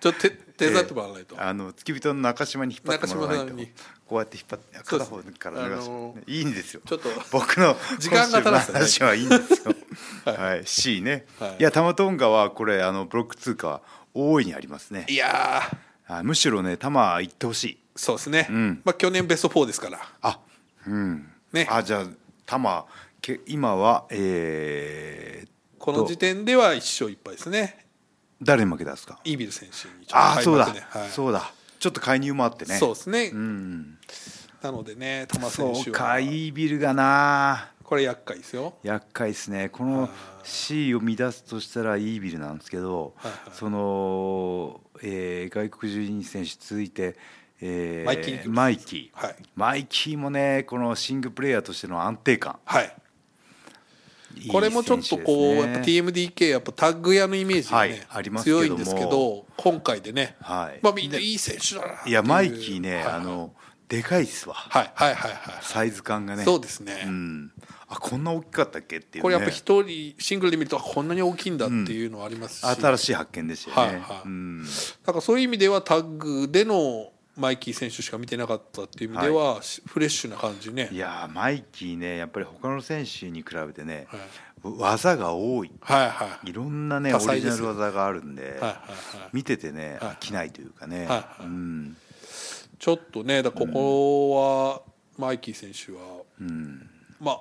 [SPEAKER 2] ちょっと手手伝ってもらわないと、
[SPEAKER 1] あの付き人の中島に引っ張ってもらわない
[SPEAKER 2] 中島さ
[SPEAKER 1] と
[SPEAKER 2] んに
[SPEAKER 1] こうやって引っ張って
[SPEAKER 2] そう
[SPEAKER 1] 片
[SPEAKER 2] です
[SPEAKER 1] 方から流し、
[SPEAKER 2] あの
[SPEAKER 1] いいんですよ
[SPEAKER 2] ちょっと
[SPEAKER 1] 僕の
[SPEAKER 2] 時間が足らずだね
[SPEAKER 1] 今週の話はいいんですよ
[SPEAKER 2] は
[SPEAKER 1] はいい、C ね、
[SPEAKER 2] はい
[SPEAKER 1] い、やタマトンガはこれあのブロック通貨大いにありますね
[SPEAKER 2] いやー
[SPEAKER 1] あむしろねタマ行ってほしい
[SPEAKER 2] そうですね、
[SPEAKER 1] ん
[SPEAKER 2] まあ、去年ベスト4ですから
[SPEAKER 1] あうん
[SPEAKER 2] ね
[SPEAKER 1] あじゃあタマけ今はえーっと
[SPEAKER 2] この時点では1勝1敗ですね
[SPEAKER 1] 誰に負けたんですか
[SPEAKER 2] イービル選手にちょっと
[SPEAKER 1] ああ
[SPEAKER 2] 開
[SPEAKER 1] そうだ、
[SPEAKER 2] 幕ねはい
[SPEAKER 1] そうだちょっと介入もあってね
[SPEAKER 2] そうですね、
[SPEAKER 1] うん
[SPEAKER 2] なのでね玉選
[SPEAKER 1] そう
[SPEAKER 2] 手
[SPEAKER 1] か
[SPEAKER 2] はい
[SPEAKER 1] いビルがな
[SPEAKER 2] これ厄介ですよ
[SPEAKER 1] 厄介ですねこの C を乱すとしたらイービルなんですけど、
[SPEAKER 2] はいはい
[SPEAKER 1] その、えー外国人選手続いて、えー
[SPEAKER 2] マイキーに行きます
[SPEAKER 1] マイキー
[SPEAKER 2] はい
[SPEAKER 1] マイキーもねこのシングプレイヤーとしての安定感
[SPEAKER 2] はい
[SPEAKER 1] いい
[SPEAKER 2] これもちょっとこう、
[SPEAKER 1] 選手
[SPEAKER 2] やっぱ
[SPEAKER 1] ですね
[SPEAKER 2] TMDK やっぱタッグ屋のイメージがね、
[SPEAKER 1] はいありますけども
[SPEAKER 2] 強いんですけど今回でね、
[SPEAKER 1] はい
[SPEAKER 2] まあみんないい選手だなってう
[SPEAKER 1] いやマイキーね、
[SPEAKER 2] はい、
[SPEAKER 1] あのでかいっすわ
[SPEAKER 2] はいはいはいはい、
[SPEAKER 1] サイズ感がね
[SPEAKER 2] そうですね、
[SPEAKER 1] うん、あこんな大きかったっけっていう、ね、
[SPEAKER 2] これやっぱ一人シングルで見るとあこんなに大きいんだっていうのはありますし、
[SPEAKER 1] 新しい発見でしたよね、
[SPEAKER 2] はいはい
[SPEAKER 1] うん
[SPEAKER 2] だからそういう意味ではタッグでのマイキー選手しか見てなかったっていう意味では、しフレッシュな感じね
[SPEAKER 1] いやーマイキーねやっぱり他の選手に比べてね、
[SPEAKER 2] はい
[SPEAKER 1] 技が多い
[SPEAKER 2] はいはい
[SPEAKER 1] いろんなね
[SPEAKER 2] 多
[SPEAKER 1] オリ
[SPEAKER 2] 彩
[SPEAKER 1] ジ
[SPEAKER 2] で
[SPEAKER 1] ナ
[SPEAKER 2] す
[SPEAKER 1] ル
[SPEAKER 2] よ
[SPEAKER 1] 技があるんで、
[SPEAKER 2] はいはいはい
[SPEAKER 1] 見ててね
[SPEAKER 2] はい
[SPEAKER 1] 飽きないというかね、
[SPEAKER 2] はいはい
[SPEAKER 1] うん
[SPEAKER 2] ちょっとねだからここはマイキー選手は、まあ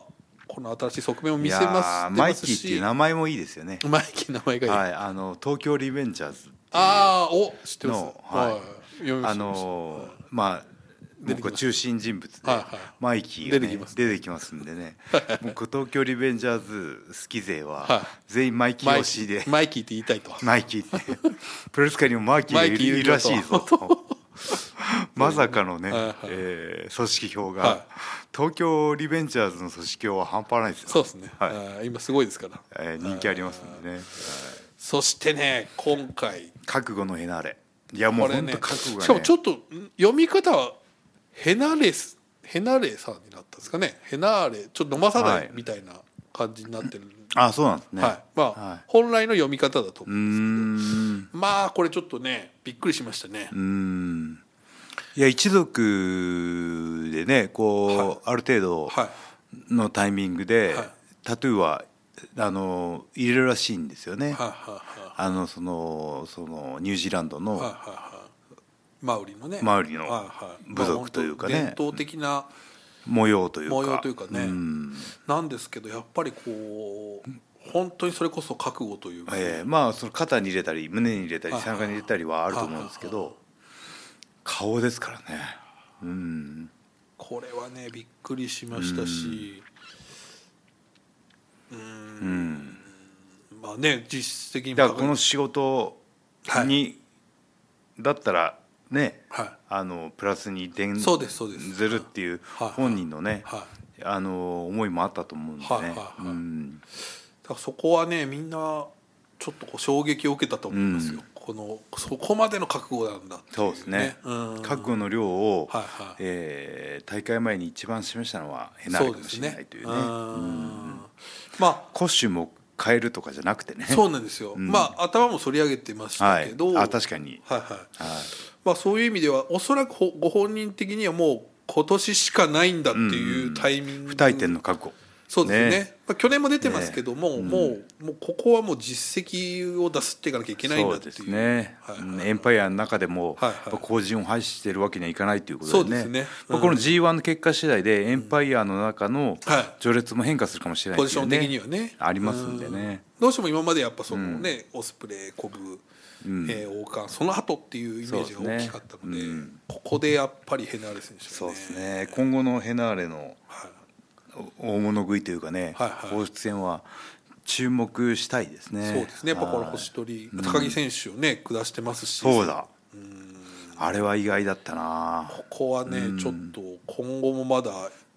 [SPEAKER 2] この新しい側面を見せ
[SPEAKER 1] いや
[SPEAKER 2] ま
[SPEAKER 1] ー
[SPEAKER 2] す
[SPEAKER 1] マイキーっていう名前もいいですよね、
[SPEAKER 2] マイキー名前がいい、
[SPEAKER 1] はい、あの東京リベンジャーズ
[SPEAKER 2] ああお知ってます
[SPEAKER 1] の、はい
[SPEAKER 2] 読みま
[SPEAKER 1] あ
[SPEAKER 2] した
[SPEAKER 1] のーまあ
[SPEAKER 2] 出てきます
[SPEAKER 1] 僕は中心人物で、
[SPEAKER 2] はいはい
[SPEAKER 1] マイキーが、ね、
[SPEAKER 2] 出
[SPEAKER 1] 出
[SPEAKER 2] て
[SPEAKER 1] て
[SPEAKER 2] き
[SPEAKER 1] き
[SPEAKER 2] ま
[SPEAKER 1] ますすんで ね僕東京リベンジャーズ好き勢
[SPEAKER 2] はい
[SPEAKER 1] は全員マイキー
[SPEAKER 2] マイ
[SPEAKER 1] 推しで
[SPEAKER 2] マイキーって言いたいと
[SPEAKER 1] マイキーってプロレス界にもマイキーがい
[SPEAKER 2] マ
[SPEAKER 1] る
[SPEAKER 2] イキーいる
[SPEAKER 1] いるらしいぞと まさかのね、
[SPEAKER 2] はいはい
[SPEAKER 1] えー組織票が、
[SPEAKER 2] はい
[SPEAKER 1] 東京リベンジャーズの組織票は半端ないですよ
[SPEAKER 2] そうですね、
[SPEAKER 1] はい
[SPEAKER 2] あー今すごいですから
[SPEAKER 1] えー人気ありますんでね
[SPEAKER 2] そしてね今回
[SPEAKER 1] 覚悟のヘナーレいやもう
[SPEAKER 2] これ
[SPEAKER 1] 本
[SPEAKER 2] ね
[SPEAKER 1] 当覚悟がね
[SPEAKER 2] しかもちょっとん読み方はヘナレスヘナレさんになったんですかねヘナーレちょっと飲まさな
[SPEAKER 1] はいい
[SPEAKER 2] みたいな感じになってる、
[SPEAKER 1] あそうなんですね、
[SPEAKER 2] はいまあ、
[SPEAKER 1] はい
[SPEAKER 2] 本来の読み方だと
[SPEAKER 1] うー
[SPEAKER 2] 思う、
[SPEAKER 1] ん
[SPEAKER 2] まあこれちょっとねびっくりしましたね、
[SPEAKER 1] うーんいや一族でねこう、ある程度
[SPEAKER 2] はい
[SPEAKER 1] のタイミングで、
[SPEAKER 2] はい
[SPEAKER 1] タトゥーはあの入れるらしいんですよね、
[SPEAKER 2] はいはいはい
[SPEAKER 1] あのそのそのニュージーランドの、
[SPEAKER 2] はいはいはいマウリのね
[SPEAKER 1] マウリの
[SPEAKER 2] はいはい
[SPEAKER 1] 部族というかね
[SPEAKER 2] まあ本当伝統的な
[SPEAKER 1] 模様というか
[SPEAKER 2] 模様というかね
[SPEAKER 1] ん
[SPEAKER 2] なんですけどやっぱりこう本当にそれこそ覚悟というか、
[SPEAKER 1] ええまあその肩に入れたり胸に入れたり
[SPEAKER 2] はい
[SPEAKER 1] 背中に入れたりはあると思うんですけど顔ですからねうん
[SPEAKER 2] これはねびっくりしましたしうーんまあね実質的に
[SPEAKER 1] だからこの仕事に、だったらね
[SPEAKER 2] はい
[SPEAKER 1] あのプラスに転
[SPEAKER 2] そうですそうです
[SPEAKER 1] ずるっていう
[SPEAKER 2] はい
[SPEAKER 1] 本人のね、
[SPEAKER 2] はい
[SPEAKER 1] あの思いもあったと思うんでね、
[SPEAKER 2] はいはいはい
[SPEAKER 1] うん
[SPEAKER 2] だからそこはねみんなちょっとこう衝撃を受けたと思いますよ、このそこまでの覚悟なんだってい
[SPEAKER 1] そうですね
[SPEAKER 2] うん
[SPEAKER 1] 覚悟の量を、
[SPEAKER 2] はいはい
[SPEAKER 1] えー大会前に一番示したのはヘナー
[SPEAKER 2] そ
[SPEAKER 1] レ
[SPEAKER 2] う
[SPEAKER 1] か
[SPEAKER 2] で
[SPEAKER 1] も
[SPEAKER 2] す
[SPEAKER 1] し
[SPEAKER 2] ね
[SPEAKER 1] れないというね
[SPEAKER 2] うーんま
[SPEAKER 1] コスチュームを変えるとかじゃなくてね
[SPEAKER 2] あそうなんですよ、
[SPEAKER 1] うん
[SPEAKER 2] まあ頭も反り上げてましたけど、
[SPEAKER 1] はい、あ確かに、
[SPEAKER 2] はいはい
[SPEAKER 1] は
[SPEAKER 2] まあ、そういう意味ではおそらくほご本人的にはもう今年しかないんだっていうタイミング、
[SPEAKER 1] い、不退転の覚悟
[SPEAKER 2] そうですね
[SPEAKER 1] ね
[SPEAKER 2] まあ、去年も出てますけども、
[SPEAKER 1] ねうん
[SPEAKER 2] もうもうここはもう実績を出すっていかなきゃいけないん
[SPEAKER 1] そ
[SPEAKER 2] だっ
[SPEAKER 1] う
[SPEAKER 2] てい
[SPEAKER 1] で
[SPEAKER 2] う
[SPEAKER 1] すね、
[SPEAKER 2] はい
[SPEAKER 1] うんエンパイアの中でも、
[SPEAKER 2] はいはい
[SPEAKER 1] やっぱ後陣を排してるわけにはいかないということでね
[SPEAKER 2] そうですね
[SPEAKER 1] まあこの g 1の結果次第でエンパイアの中の
[SPEAKER 2] はい
[SPEAKER 1] 序列も変化するかもしれない
[SPEAKER 2] ポ
[SPEAKER 1] っ
[SPEAKER 2] ジ
[SPEAKER 1] てい
[SPEAKER 2] ショ
[SPEAKER 1] う
[SPEAKER 2] ン
[SPEAKER 1] ね
[SPEAKER 2] 的にはね
[SPEAKER 1] ありますんでね
[SPEAKER 2] うんどうしても今までやっぱそのね、オスプレイコブ、えー王冠その後っていうイメージが大きかった
[SPEAKER 1] そう
[SPEAKER 2] ので
[SPEAKER 1] ですねうん
[SPEAKER 2] ここでやっぱりヘナーレ選手、ね、
[SPEAKER 1] そうですね今後のヘナーレの
[SPEAKER 2] はい
[SPEAKER 1] 大物食いというかね、
[SPEAKER 2] はいはい
[SPEAKER 1] 放出戦は注目したいですね
[SPEAKER 2] そうですねやっぱこの
[SPEAKER 1] はい
[SPEAKER 2] 星取り、高木選手をね下してますし
[SPEAKER 1] そうだあれは意外だったな
[SPEAKER 2] ここはね、ちょっと今後もまだ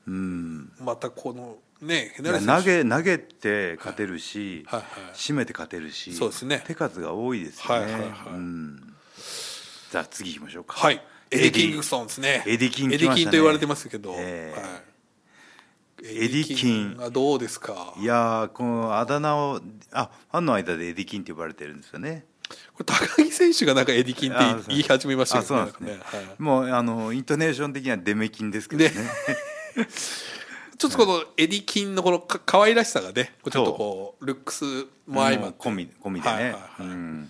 [SPEAKER 1] うん
[SPEAKER 2] またこのねヘ
[SPEAKER 1] い
[SPEAKER 2] ナーレ
[SPEAKER 1] や
[SPEAKER 2] 選手
[SPEAKER 1] 投げ投げて勝てるし、
[SPEAKER 2] はいはい
[SPEAKER 1] 締めて勝てるし
[SPEAKER 2] そうですね
[SPEAKER 1] 手数が多いですよね、
[SPEAKER 2] はいはいはい
[SPEAKER 1] うんじゃあ次行きましょうか
[SPEAKER 2] はいエディ・キング
[SPEAKER 1] エ
[SPEAKER 2] ソンですね
[SPEAKER 1] エディキン
[SPEAKER 2] エ
[SPEAKER 1] 来ましたね
[SPEAKER 2] ディキンと言われてますけど、
[SPEAKER 1] ええ
[SPEAKER 2] はい、
[SPEAKER 1] エディキン
[SPEAKER 2] がどうですか
[SPEAKER 1] いやーこのあだ名をあファンの間でエディキンって呼ばれてるんですよね
[SPEAKER 2] これ高木選手がなんかエディキンって
[SPEAKER 1] あそう
[SPEAKER 2] 言い始めました
[SPEAKER 1] あそうなんですね
[SPEAKER 2] なんかねは
[SPEAKER 1] もうあのイントネーション的にはデメキンですけどね
[SPEAKER 2] ねいちょっとこのエディキンのこのか可愛らしさがねちょっとこうルックスも相まって
[SPEAKER 1] 込み込みでね、
[SPEAKER 2] はいはいはい
[SPEAKER 1] うん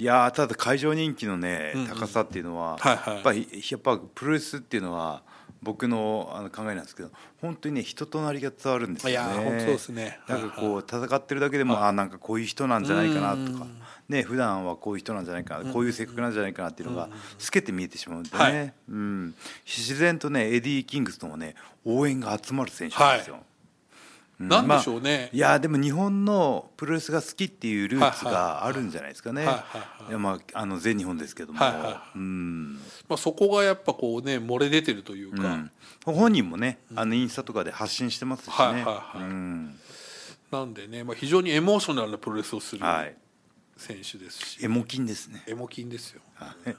[SPEAKER 1] いやーただ会場人気のね、
[SPEAKER 2] うんうん
[SPEAKER 1] 高さっていうのは、
[SPEAKER 2] はいはい
[SPEAKER 1] やっぱりやっぱプロレスっていうのは僕のあの考えなんですけど本当にね人となりが伝わるんですよね。
[SPEAKER 2] いやー本当そうですね
[SPEAKER 1] なんかこう戦ってるだけでも、あーなんかこういう人なんじゃないかなとか、ね普段はこういう人なんじゃないかな、こういう性格なんじゃないかなっていうのが透けて見えてしまうんでね、
[SPEAKER 2] はい
[SPEAKER 1] うん、自然とねエディ・キングスともね応援が集まる選手なんですよ。
[SPEAKER 2] は
[SPEAKER 1] う
[SPEAKER 2] なんでしょうね
[SPEAKER 1] まあいやーでも日本のプロレスが好きっていうルーツがあるんじゃないですかね。
[SPEAKER 2] はいはいはい
[SPEAKER 1] いやまああの全日本ですけども、
[SPEAKER 2] はいはいは
[SPEAKER 1] う
[SPEAKER 2] い
[SPEAKER 1] ん、
[SPEAKER 2] まあ、そこがやっぱこうね漏れ出てるという
[SPEAKER 1] う
[SPEAKER 2] か、
[SPEAKER 1] ん本人もね、あのインスタとかで発信してますしね。
[SPEAKER 2] はいはいはい
[SPEAKER 1] うん
[SPEAKER 2] なんでね、まあ、非常にエモーショナルなプロレスをする
[SPEAKER 1] はい
[SPEAKER 2] 選手ですし、
[SPEAKER 1] エモキンです ね。
[SPEAKER 2] エモキンですよ
[SPEAKER 1] はい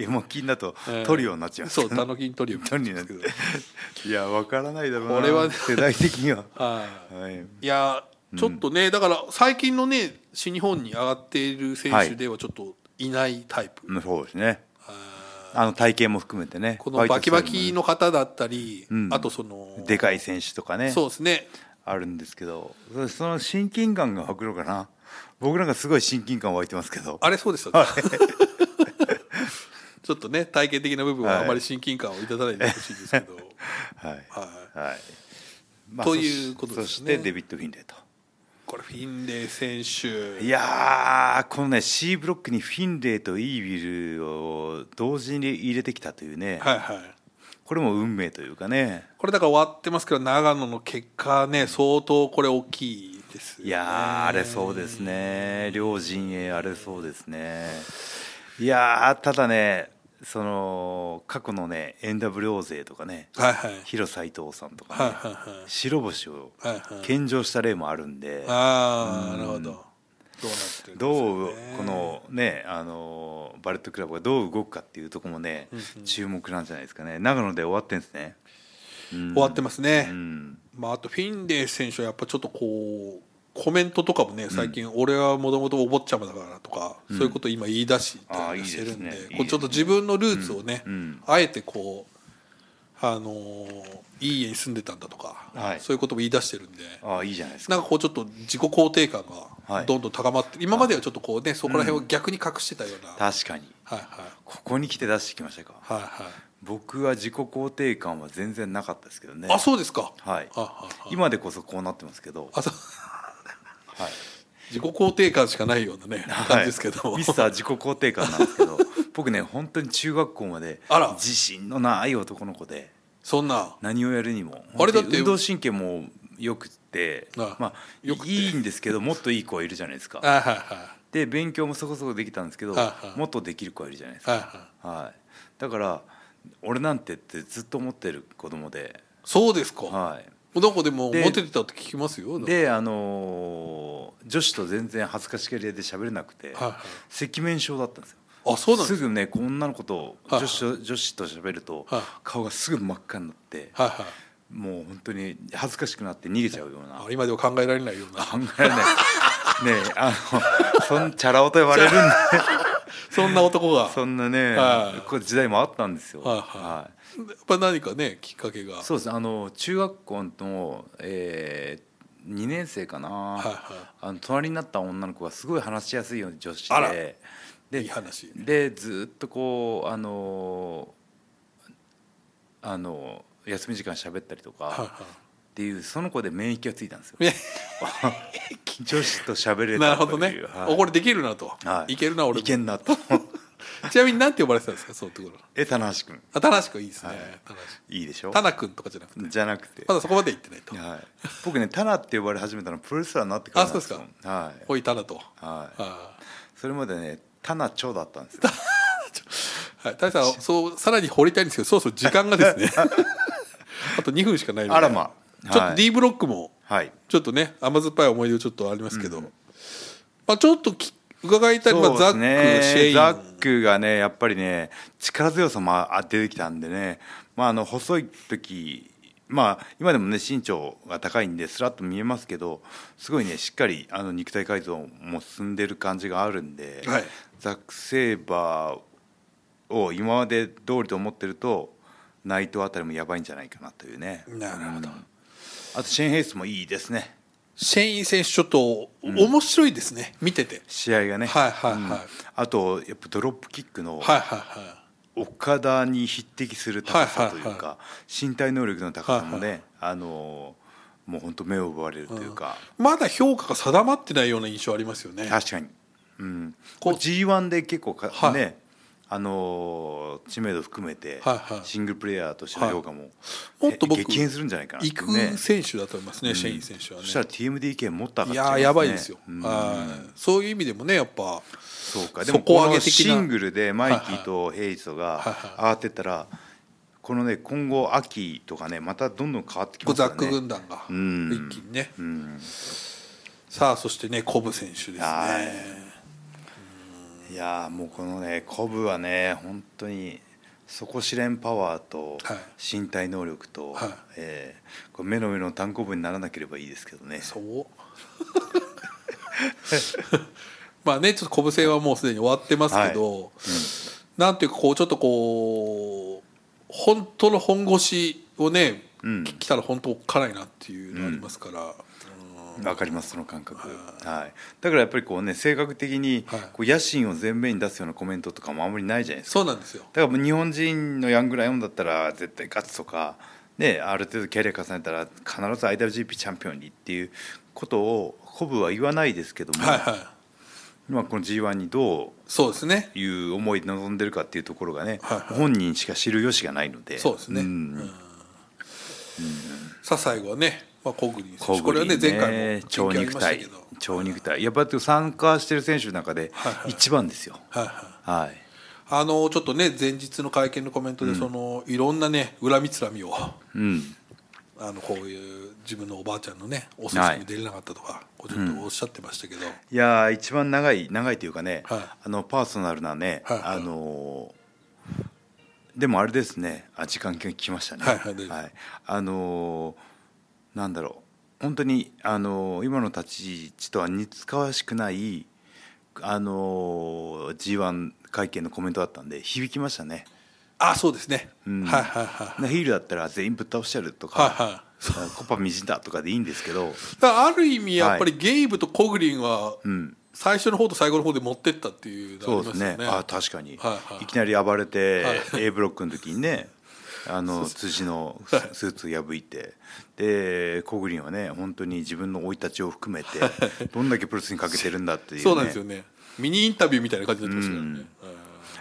[SPEAKER 1] エモキンだと
[SPEAKER 2] えー
[SPEAKER 1] トリオになっちゃいます、
[SPEAKER 2] そうタノキントリオ
[SPEAKER 1] トリオになっちゃういやわからないだろうな。
[SPEAKER 2] これはね
[SPEAKER 1] 世代的には。
[SPEAKER 2] はい
[SPEAKER 1] はい。
[SPEAKER 2] いやーちょっとね、だから最近のね新日本に上がっている選手ではちょっといないタイプ、
[SPEAKER 1] うんそうですね。
[SPEAKER 2] あー
[SPEAKER 1] あの体型も含めてね。
[SPEAKER 2] このバキバキ
[SPEAKER 1] の
[SPEAKER 2] の方だったり、
[SPEAKER 1] うん
[SPEAKER 2] あとその
[SPEAKER 1] でかい選手とかね。
[SPEAKER 2] そうですね
[SPEAKER 1] あるんですけどそその親近感が湧くのかな僕なんかすごい親近感湧いてますけど
[SPEAKER 2] あれそうでしたね ちょっとね体型的な部分はあまり親近感をいただかないでほしいですけど、
[SPEAKER 1] はい、
[SPEAKER 2] は
[SPEAKER 1] はい、まあ
[SPEAKER 2] ということですね
[SPEAKER 1] そしてデビッド・フィンレイと
[SPEAKER 2] これフィンレイ選手
[SPEAKER 1] いやーこのね C ブロックにフィンレイとイービルを同時に入れてきたというね、
[SPEAKER 2] はいはい
[SPEAKER 1] これも運命というかね
[SPEAKER 2] これだから終わってますけど長野の結果ね相当これ大きいですよね
[SPEAKER 1] いやー荒れそうですね両陣営荒れそうですねいやーただねその過去のね NWO 勢とかね
[SPEAKER 2] はいはい
[SPEAKER 1] 広斎藤さんとか、ね
[SPEAKER 2] はいはいはい
[SPEAKER 1] 白星を
[SPEAKER 2] はいはい
[SPEAKER 1] 献上した例もあるんで、
[SPEAKER 2] ああなるほどどうなってるんですかね
[SPEAKER 1] どうこのねあのバレットクラブがどう動くかっていうところもね、注目なんじゃないですかね長野で終わってんですね、うん
[SPEAKER 2] 終わってますね、
[SPEAKER 1] うん
[SPEAKER 2] まあ、あとフィンレイ選手はやっぱちょっとこうコメントとかもね最近俺はもともとお坊ちゃまだからとか、そういうことを今言い出したりしてるんで
[SPEAKER 1] あーいいですね
[SPEAKER 2] こうちょっと自分のルーツをね、
[SPEAKER 1] うんうん
[SPEAKER 2] あえてこう、あのーいい家に住んでたんだとか、
[SPEAKER 1] はい
[SPEAKER 2] そういうことも言い出してるんで
[SPEAKER 1] ああいいじゃないですか
[SPEAKER 2] なんかこうちょっと自己肯定感
[SPEAKER 1] は
[SPEAKER 2] が
[SPEAKER 1] い
[SPEAKER 2] どんどん高まって、今まではちょっとこうねそこら辺を逆に隠してたような、はい
[SPEAKER 1] 確かに
[SPEAKER 2] はい
[SPEAKER 1] ここに来て出してきましたか
[SPEAKER 2] はいはい、
[SPEAKER 1] 僕は自己肯定感は全然なかったですけどね
[SPEAKER 2] あそうですか、
[SPEAKER 1] はい
[SPEAKER 2] あああ
[SPEAKER 1] 今でこそこうなってますけど、
[SPEAKER 2] あそう
[SPEAKER 1] はい
[SPEAKER 2] 自己肯定感しかないようなね、感じですけども
[SPEAKER 1] はいミスター自己肯定感なんですけど僕ね本当に中学校まで
[SPEAKER 2] あら
[SPEAKER 1] 自信のない男の子で
[SPEAKER 2] そんな
[SPEAKER 1] 何をやるにも
[SPEAKER 2] あれだって
[SPEAKER 1] 運動神経も良くって
[SPEAKER 2] あ
[SPEAKER 1] まあ、
[SPEAKER 2] 良くて
[SPEAKER 1] いいんですけどもっといい子はいるじゃないですか
[SPEAKER 2] あはいは
[SPEAKER 1] で勉強もそこそこできたんですけど
[SPEAKER 2] あはい
[SPEAKER 1] もっとできる子はいるじゃないです
[SPEAKER 2] いは
[SPEAKER 1] か、
[SPEAKER 2] いはい
[SPEAKER 1] はい、だから俺なんてってずっと思ってる子供で、
[SPEAKER 2] そうですか、
[SPEAKER 1] はい、
[SPEAKER 2] なんかでも
[SPEAKER 1] で
[SPEAKER 2] モテてたって聞きますよ
[SPEAKER 1] であのー女子と全然恥ずかしげりで喋れなくて、
[SPEAKER 2] はいはい
[SPEAKER 1] 赤面症だったんですよ
[SPEAKER 2] あそうなんですす
[SPEAKER 1] ぐね女の子と
[SPEAKER 2] はい
[SPEAKER 1] 女子と,、女子と喋ると、
[SPEAKER 2] はい
[SPEAKER 1] 顔がすぐ真っ赤になって、
[SPEAKER 2] はいはい
[SPEAKER 1] もう本当に恥ずかしくなって逃げちゃうような、
[SPEAKER 2] あ今では考えられないような
[SPEAKER 1] 考えられない ねえあのそんチャラ男と呼ばれるんで
[SPEAKER 2] そんな男が
[SPEAKER 1] そんなね、
[SPEAKER 2] はい
[SPEAKER 1] こう時代もあったんですよ、
[SPEAKER 2] はいはいやっぱ何かねきっかけが
[SPEAKER 1] そうですねあの中学校の、え2年生かな、
[SPEAKER 2] はいは
[SPEAKER 1] あの隣になった女の子がすごい話しやすいような女子
[SPEAKER 2] あら
[SPEAKER 1] でで
[SPEAKER 2] いい話
[SPEAKER 1] でずっとこうあのあの休み時間喋ったりと
[SPEAKER 2] はい
[SPEAKER 1] か
[SPEAKER 2] は
[SPEAKER 1] っていうその子で免疫がついたんですよ
[SPEAKER 2] いね
[SPEAKER 1] 女子と喋れ
[SPEAKER 2] なる
[SPEAKER 1] た
[SPEAKER 2] ほ
[SPEAKER 1] と
[SPEAKER 2] ど
[SPEAKER 1] いう
[SPEAKER 2] ね、
[SPEAKER 1] はい
[SPEAKER 2] おこれできるなと、
[SPEAKER 1] はい
[SPEAKER 2] い、けるな俺
[SPEAKER 1] いけ
[SPEAKER 2] も
[SPEAKER 1] んなと
[SPEAKER 2] ちなみに何て呼ばれてたんですかそういうところ
[SPEAKER 1] え棚橋君
[SPEAKER 2] あ田無君いいですね、
[SPEAKER 1] はい
[SPEAKER 2] 田無
[SPEAKER 1] いいでしょ
[SPEAKER 2] 田無君とかじゃなくて
[SPEAKER 1] じゃなくて、
[SPEAKER 2] まだそこまで行ってないと、
[SPEAKER 1] はい、僕ねタナって呼ばれ始めたのプロレスラーになってからなん
[SPEAKER 2] あそうです
[SPEAKER 1] かはい、
[SPEAKER 2] おい田無と、
[SPEAKER 1] はい、
[SPEAKER 2] あー
[SPEAKER 1] それまでねタナチョだったんですよ
[SPEAKER 2] はい、大さんそうさらに掘りたいんですけどそろそろ時間がです ねあと2分しかないので
[SPEAKER 1] あらま
[SPEAKER 2] ちょっ
[SPEAKER 1] は
[SPEAKER 2] と
[SPEAKER 1] い
[SPEAKER 2] D ブロックも
[SPEAKER 1] はい
[SPEAKER 2] ちょっとね甘酸っぱい思い出ちょっとありますけど、まあ、ちょっとき伺いたい、まあ、
[SPEAKER 1] そ
[SPEAKER 2] ザッ
[SPEAKER 1] う
[SPEAKER 2] ク、
[SPEAKER 1] です
[SPEAKER 2] シ
[SPEAKER 1] ね
[SPEAKER 2] ェイン
[SPEAKER 1] ザックがねやっぱりね力強さもあ出てきたんでね、まあ、あの細い時まあ今でもね身長が高いんでスラッと見えますけどすごいねしっかりあの肉体改造も進んでる感じがあるんで、
[SPEAKER 2] はい
[SPEAKER 1] ザック・セイバーを今まで通りと思ってるとナイトあたりもやばいんじゃないかなというね
[SPEAKER 2] なるほど
[SPEAKER 1] うんあとシェーン・ヘイスもいいですね
[SPEAKER 2] シェイン選手ちょっと面白いですね、見てて
[SPEAKER 1] 試合がね、
[SPEAKER 2] はいはいはい
[SPEAKER 1] うんあとやっぱドロップキックの、
[SPEAKER 2] はいはいは
[SPEAKER 1] 岡田に匹敵する高さというか、
[SPEAKER 2] はいはいは
[SPEAKER 1] 身体能力の高さもね、
[SPEAKER 2] はい
[SPEAKER 1] あのもう本当目を奪われるというか、
[SPEAKER 2] いまだ評価が定まってないような印象ありますよね
[SPEAKER 1] 確かに、うん、
[SPEAKER 2] こう
[SPEAKER 1] G1 で結構か、
[SPEAKER 2] はい
[SPEAKER 1] ねあのー知名度含めて、
[SPEAKER 2] はいはい
[SPEAKER 1] シングルプレイヤーとしての評価も、
[SPEAKER 2] いもっと僕
[SPEAKER 1] え激変するんじゃないかな
[SPEAKER 2] 行く選手だと思いますね、シェイン選手は
[SPEAKER 1] そ
[SPEAKER 2] ね
[SPEAKER 1] したら TMDK もっと上がっ
[SPEAKER 2] い
[SPEAKER 1] ちゃいます
[SPEAKER 2] やー
[SPEAKER 1] ね
[SPEAKER 2] やばいですよ、
[SPEAKER 1] うん
[SPEAKER 2] はいそういう意味でもねやっぱ
[SPEAKER 1] そうかでも
[SPEAKER 2] 底
[SPEAKER 1] こ
[SPEAKER 2] 上
[SPEAKER 1] の
[SPEAKER 2] げ的な
[SPEAKER 1] シングルでマイキーとヘイトが上がってったらこのね今後秋とかねまたどんどん変わってき
[SPEAKER 2] こ
[SPEAKER 1] ま
[SPEAKER 2] う
[SPEAKER 1] すよね
[SPEAKER 2] ザック軍団が
[SPEAKER 1] うん
[SPEAKER 2] 一気にね、
[SPEAKER 1] うん
[SPEAKER 2] さあそしてねコブ選手ですね
[SPEAKER 1] はいいやーもうこのねコブはね本当に底知れんパワーと
[SPEAKER 2] はい
[SPEAKER 1] 身体能力と、
[SPEAKER 2] はい
[SPEAKER 1] えーこれ目の上の単行部にならなければいいですけどね
[SPEAKER 2] そう まあねちょっとコブ戦はもうすでに終わってますけど、なんていうかこうちょっとこう本当の本腰をね、
[SPEAKER 1] うん
[SPEAKER 2] き来たら本当おっかないなっていうのありますから、
[SPEAKER 1] わかりますその感覚、はい、だからやっぱりこうね性格的に
[SPEAKER 2] はい
[SPEAKER 1] こう野心を前面に出すようなコメントとかもあんまりないじゃないですか
[SPEAKER 2] そうなんですよ
[SPEAKER 1] だからもう日本人のヤングライオンだったら絶対勝つとか、ね、ある程度キャリア重ねたら必ず IWGP チャンピオンにっていうことを鼓舞は言わないですけども、
[SPEAKER 2] はいはい
[SPEAKER 1] まあ、この g 1にど
[SPEAKER 2] そうですね
[SPEAKER 1] ういう思いで臨んでるかっていうところがね、
[SPEAKER 2] はいはい
[SPEAKER 1] 本人しか知る由がないので
[SPEAKER 2] そうですね、
[SPEAKER 1] ん
[SPEAKER 2] うんさあ最後はね、まあ、小栗選手
[SPEAKER 1] 小栗
[SPEAKER 2] これはね前回も
[SPEAKER 1] 超
[SPEAKER 2] 言及あり
[SPEAKER 1] 肉
[SPEAKER 2] ました
[SPEAKER 1] 体
[SPEAKER 2] けど
[SPEAKER 1] 超肉体やっぱり参加してる選手の中で
[SPEAKER 2] はいはい
[SPEAKER 1] 一番ですよ
[SPEAKER 2] はいはい
[SPEAKER 1] はい
[SPEAKER 2] あのちょっとね前日の会見のコメントで、そのいろんなね恨みつらみを
[SPEAKER 1] うん
[SPEAKER 2] あのこういう自分のおばあちゃんのねお葬式に出れなかったとか、こうちょっとおっしゃってましたけど、
[SPEAKER 1] いやー一番長い長いというかね、
[SPEAKER 2] はい
[SPEAKER 1] あのパーソナルなね、
[SPEAKER 2] はいはい
[SPEAKER 1] あのーでもあれですねあ時間来ましたね
[SPEAKER 2] はいはい大丈夫
[SPEAKER 1] あのーなんだろう本当にあのー今の立ち位置とは似つかわしくないあのー G1 会見のコメントだったんで響きましたね
[SPEAKER 2] あそうですね、
[SPEAKER 1] ん
[SPEAKER 2] はいはいはい
[SPEAKER 1] ヒールだったら全員ぶっ倒してやるとか、
[SPEAKER 2] はいはい
[SPEAKER 1] コパみじんだとかでいいんですけど
[SPEAKER 2] だからある意味やっぱりゲイブとコグリンは
[SPEAKER 1] ん
[SPEAKER 2] 最初の方と最後の方で持ってったっていうのが
[SPEAKER 1] そ
[SPEAKER 2] あ
[SPEAKER 1] うで
[SPEAKER 2] りますすよ
[SPEAKER 1] ね
[SPEAKER 2] ね。
[SPEAKER 1] あ確かに、
[SPEAKER 2] はいはい
[SPEAKER 1] きなり暴れて、
[SPEAKER 2] はい
[SPEAKER 1] A ブロックの時にねあの辻のススーツ破いてでコグリンはね本当に自分の生い立ちを含めてどんだけプロレスにかけてるんだっていう,、ね、
[SPEAKER 2] そうなんですよね。ミニインタビューみたいな感じになってますよね。うん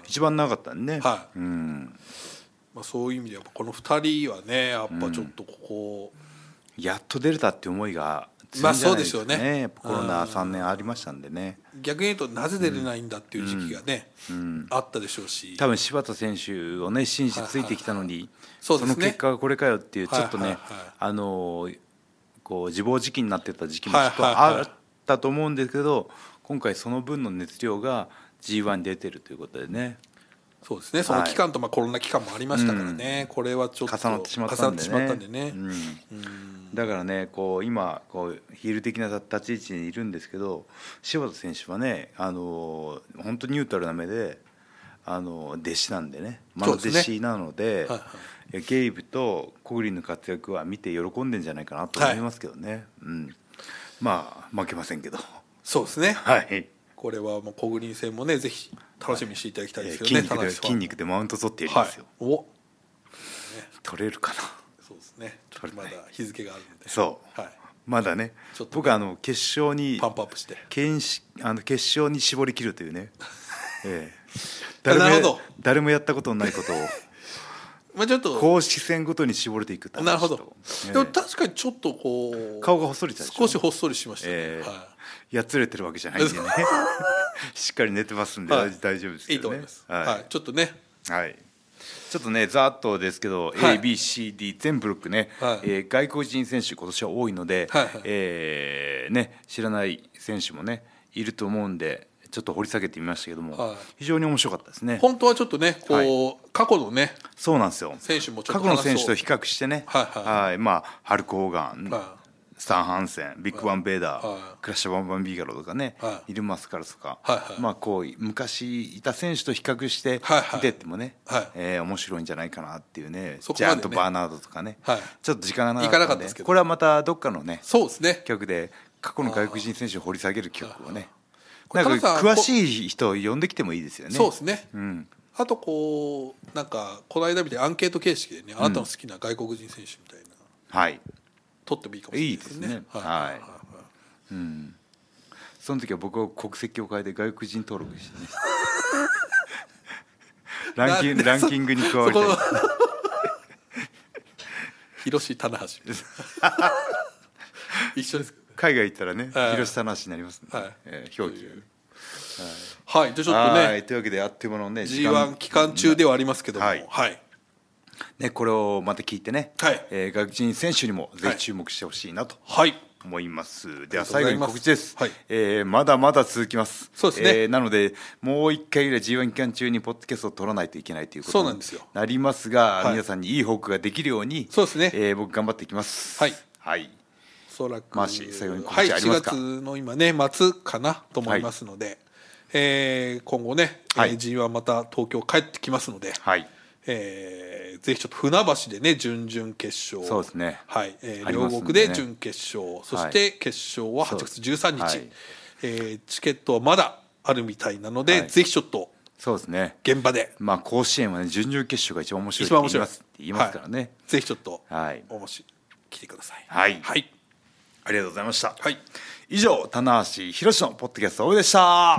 [SPEAKER 1] 一番長かったんでね、
[SPEAKER 2] はい
[SPEAKER 1] うん、
[SPEAKER 2] まあそういう意味でやっぱこの二人はねやっぱちょっとここ、
[SPEAKER 1] やっと出れたって思いが
[SPEAKER 2] ま
[SPEAKER 1] 強い
[SPEAKER 2] あ
[SPEAKER 1] んじゃない
[SPEAKER 2] そうで
[SPEAKER 1] で
[SPEAKER 2] し
[SPEAKER 1] す
[SPEAKER 2] ょう
[SPEAKER 1] か
[SPEAKER 2] ね
[SPEAKER 1] ね、やっぱコロナ3年ありましたんでね、
[SPEAKER 2] 逆に言うとなぜ出れないんだっていう時期がね、あったでしょうし。
[SPEAKER 1] 多分柴田選手をね信じついてきたのに、
[SPEAKER 2] そうですね
[SPEAKER 1] の結果がこれかよっていうちょっとね、
[SPEAKER 2] はいはいはい
[SPEAKER 1] あのーこう自暴自棄になってた時期もきっと
[SPEAKER 2] はいはいはい
[SPEAKER 1] あったと思うんですけど、今回その分の熱量が G1 に出てるということでね
[SPEAKER 2] そうですね。その期間とまあコロナ期間もありましたからね。これはちょっと
[SPEAKER 1] 重なってしまったんでね
[SPEAKER 2] 重なってしまったんでね
[SPEAKER 1] うんだからねこう今こうヒール的な立ち位置にいるんですけど柴田選手はねあのー本当にニュートラルな目であのー弟子なんでねまだ
[SPEAKER 2] そう
[SPEAKER 1] 弟
[SPEAKER 2] ですね
[SPEAKER 1] 子なので
[SPEAKER 2] はいはい
[SPEAKER 1] やゲイブと小栗の活躍は見て喜んでんじゃないかなと思いますけどね、うん、まあ負けませんけど
[SPEAKER 2] そうですね。
[SPEAKER 1] はい。
[SPEAKER 2] これはもう小栗戦もねぜひ楽しみにしていただきたい
[SPEAKER 1] え
[SPEAKER 2] で
[SPEAKER 1] ー
[SPEAKER 2] すけ
[SPEAKER 1] 筋肉
[SPEAKER 2] どね。田
[SPEAKER 1] で
[SPEAKER 2] 中さん
[SPEAKER 1] 筋肉でマウント取ってやり
[SPEAKER 2] は
[SPEAKER 1] ま
[SPEAKER 2] い
[SPEAKER 1] すよ、。
[SPEAKER 2] お
[SPEAKER 1] 取れるかな
[SPEAKER 2] そうですね。ちょっ
[SPEAKER 1] 取
[SPEAKER 2] と
[SPEAKER 1] れ
[SPEAKER 2] ま
[SPEAKER 1] な
[SPEAKER 2] だ
[SPEAKER 1] い
[SPEAKER 2] 日付があるので。
[SPEAKER 1] そう、
[SPEAKER 2] はい。
[SPEAKER 1] まだね
[SPEAKER 2] ちょっと
[SPEAKER 1] 僕はあの決勝に
[SPEAKER 2] パンプアップして。
[SPEAKER 1] 検視あの決勝に絞り切るという ね、ええ、
[SPEAKER 2] な
[SPEAKER 1] 誰もや
[SPEAKER 2] るほど
[SPEAKER 1] 誰もやったことのない ことを
[SPEAKER 2] まあちょっと
[SPEAKER 1] 公式戦ごとに絞れていくって話と
[SPEAKER 2] なるほど。
[SPEAKER 1] ええ
[SPEAKER 2] でも確かにちょっとこう
[SPEAKER 1] 顔がほっそりしたでしょ
[SPEAKER 2] 少しほっそりしましたね。
[SPEAKER 1] ええ
[SPEAKER 2] は
[SPEAKER 1] やつれてるわけじゃないん でねしっかり寝てますんで、
[SPEAKER 2] はい
[SPEAKER 1] 大丈夫ですけ
[SPEAKER 2] い。いいと
[SPEAKER 1] ど
[SPEAKER 2] 思
[SPEAKER 1] ね
[SPEAKER 2] います。はい。ちょっとね。
[SPEAKER 1] はい、ちょっとねざーっとですけど、
[SPEAKER 2] はい
[SPEAKER 1] ABCD 全ブロックね、
[SPEAKER 2] はい
[SPEAKER 1] えー外国人選手今年は多いので、
[SPEAKER 2] はいはい
[SPEAKER 1] えーね、知らない選手もねいると思うんでちょっと掘り下げてみましたけども、
[SPEAKER 2] はい
[SPEAKER 1] 非常に面白かったですね。
[SPEAKER 2] 本当はちょっとね、こう過去のね、
[SPEAKER 1] そうなんですよ
[SPEAKER 2] 選手もちょっ
[SPEAKER 1] 過
[SPEAKER 2] と
[SPEAKER 1] 去の選手と比較してね、
[SPEAKER 2] はいはい
[SPEAKER 1] まあ、ハルク・ホーガン、
[SPEAKER 2] は
[SPEAKER 1] スタン・ハンセンビッグ・バン・ベーダー、
[SPEAKER 2] はい
[SPEAKER 1] クラッシャー・バンバン・ビーガロとかね、
[SPEAKER 2] は
[SPEAKER 1] イル・マスカルとか、
[SPEAKER 2] はいはい
[SPEAKER 1] まあ、こう昔いた選手と比較して
[SPEAKER 2] はいはい
[SPEAKER 1] 見てってもね、
[SPEAKER 2] はい
[SPEAKER 1] えー面白いんじゃないかなっていうね
[SPEAKER 2] そこ
[SPEAKER 1] ジ
[SPEAKER 2] まで
[SPEAKER 1] ャ
[SPEAKER 2] ね
[SPEAKER 1] ンとバーナードとかね、
[SPEAKER 2] はい
[SPEAKER 1] ちょっと時間がな
[SPEAKER 2] 行かな
[SPEAKER 1] か
[SPEAKER 2] か
[SPEAKER 1] ったん
[SPEAKER 2] った
[SPEAKER 1] で
[SPEAKER 2] ですけど
[SPEAKER 1] これはまたどっかのね
[SPEAKER 2] そうですね。
[SPEAKER 1] 企画で過去の外国人選手を掘り下げる企画をね
[SPEAKER 2] こ
[SPEAKER 1] な
[SPEAKER 2] れ
[SPEAKER 1] んか
[SPEAKER 2] た
[SPEAKER 1] 詳
[SPEAKER 2] だ
[SPEAKER 1] しい人を呼んできてもいいですよね。
[SPEAKER 2] そうですね。
[SPEAKER 1] うん
[SPEAKER 2] あとこうなんかこの間みたいにアンケート形式でね、あなたの好きな外国人選手みたいな
[SPEAKER 1] はい
[SPEAKER 2] 取ってもいいかもしれないですね。
[SPEAKER 1] いいですねはいその時は僕は国籍を変えて外国人登録 してねランキングランキングに加わりたい
[SPEAKER 2] そこ 広志棚橋 一緒です
[SPEAKER 1] 海外行ったらね
[SPEAKER 2] はい
[SPEAKER 1] 広下なしになりますんで、
[SPEAKER 2] はい
[SPEAKER 1] えー表記がね
[SPEAKER 2] はいじゃあちょっと
[SPEAKER 1] は
[SPEAKER 2] ね
[SPEAKER 1] いというわけであっという間のね時
[SPEAKER 2] g
[SPEAKER 1] 間
[SPEAKER 2] 1期間中ではありますけども
[SPEAKER 1] は
[SPEAKER 2] はい
[SPEAKER 1] い、ねこれをまた聞いてね、
[SPEAKER 2] はい
[SPEAKER 1] えー外国人選手にもぜ
[SPEAKER 2] はい
[SPEAKER 1] ひ注目してほしいなと
[SPEAKER 2] はい
[SPEAKER 1] 思います、では
[SPEAKER 2] ありがとうご
[SPEAKER 1] 最
[SPEAKER 2] ざ
[SPEAKER 1] 後
[SPEAKER 2] い
[SPEAKER 1] に
[SPEAKER 2] ます
[SPEAKER 1] 告知です、
[SPEAKER 2] はい
[SPEAKER 1] えーまだまだ続きます
[SPEAKER 2] そうですね
[SPEAKER 1] えーなのでもう一回ぐらい G1 期間中にポッドキャストを取らないといけないということ
[SPEAKER 2] そうなんですよ
[SPEAKER 1] なりますが、
[SPEAKER 2] はい
[SPEAKER 1] 皆さんにいい報告ができるように
[SPEAKER 2] そうですね
[SPEAKER 1] えー僕頑張っていきます
[SPEAKER 2] はい、
[SPEAKER 1] はい
[SPEAKER 2] おそらく
[SPEAKER 1] マーシー最後に告
[SPEAKER 2] はい
[SPEAKER 1] 知ありますか
[SPEAKER 2] 4月の今ね末かなと思いますので、えー今後ね、えー
[SPEAKER 1] はい
[SPEAKER 2] g 1また東京帰ってきますので、
[SPEAKER 1] はい
[SPEAKER 2] えーぜひちょっと船橋でね準々決勝
[SPEAKER 1] そうですね
[SPEAKER 2] はい、えー
[SPEAKER 1] あり
[SPEAKER 2] 両
[SPEAKER 1] ますんでね
[SPEAKER 2] 国で準決勝そして決勝は8月13日、
[SPEAKER 1] はい
[SPEAKER 2] えーチケットはまだあるみたいなので、
[SPEAKER 1] はい
[SPEAKER 2] ぜひちょっと
[SPEAKER 1] そうですね
[SPEAKER 2] 現場で
[SPEAKER 1] まあ甲子園はね準々決勝が一番面白い
[SPEAKER 2] 一番面
[SPEAKER 1] って言い
[SPEAKER 2] 白い
[SPEAKER 1] ます言いますからね
[SPEAKER 2] ぜひちょっと
[SPEAKER 1] はい
[SPEAKER 2] おもし来てください
[SPEAKER 1] はい
[SPEAKER 2] はい、
[SPEAKER 1] ありがとうございました
[SPEAKER 2] はい
[SPEAKER 1] 以上棚橋宏のポッドキャストオフでした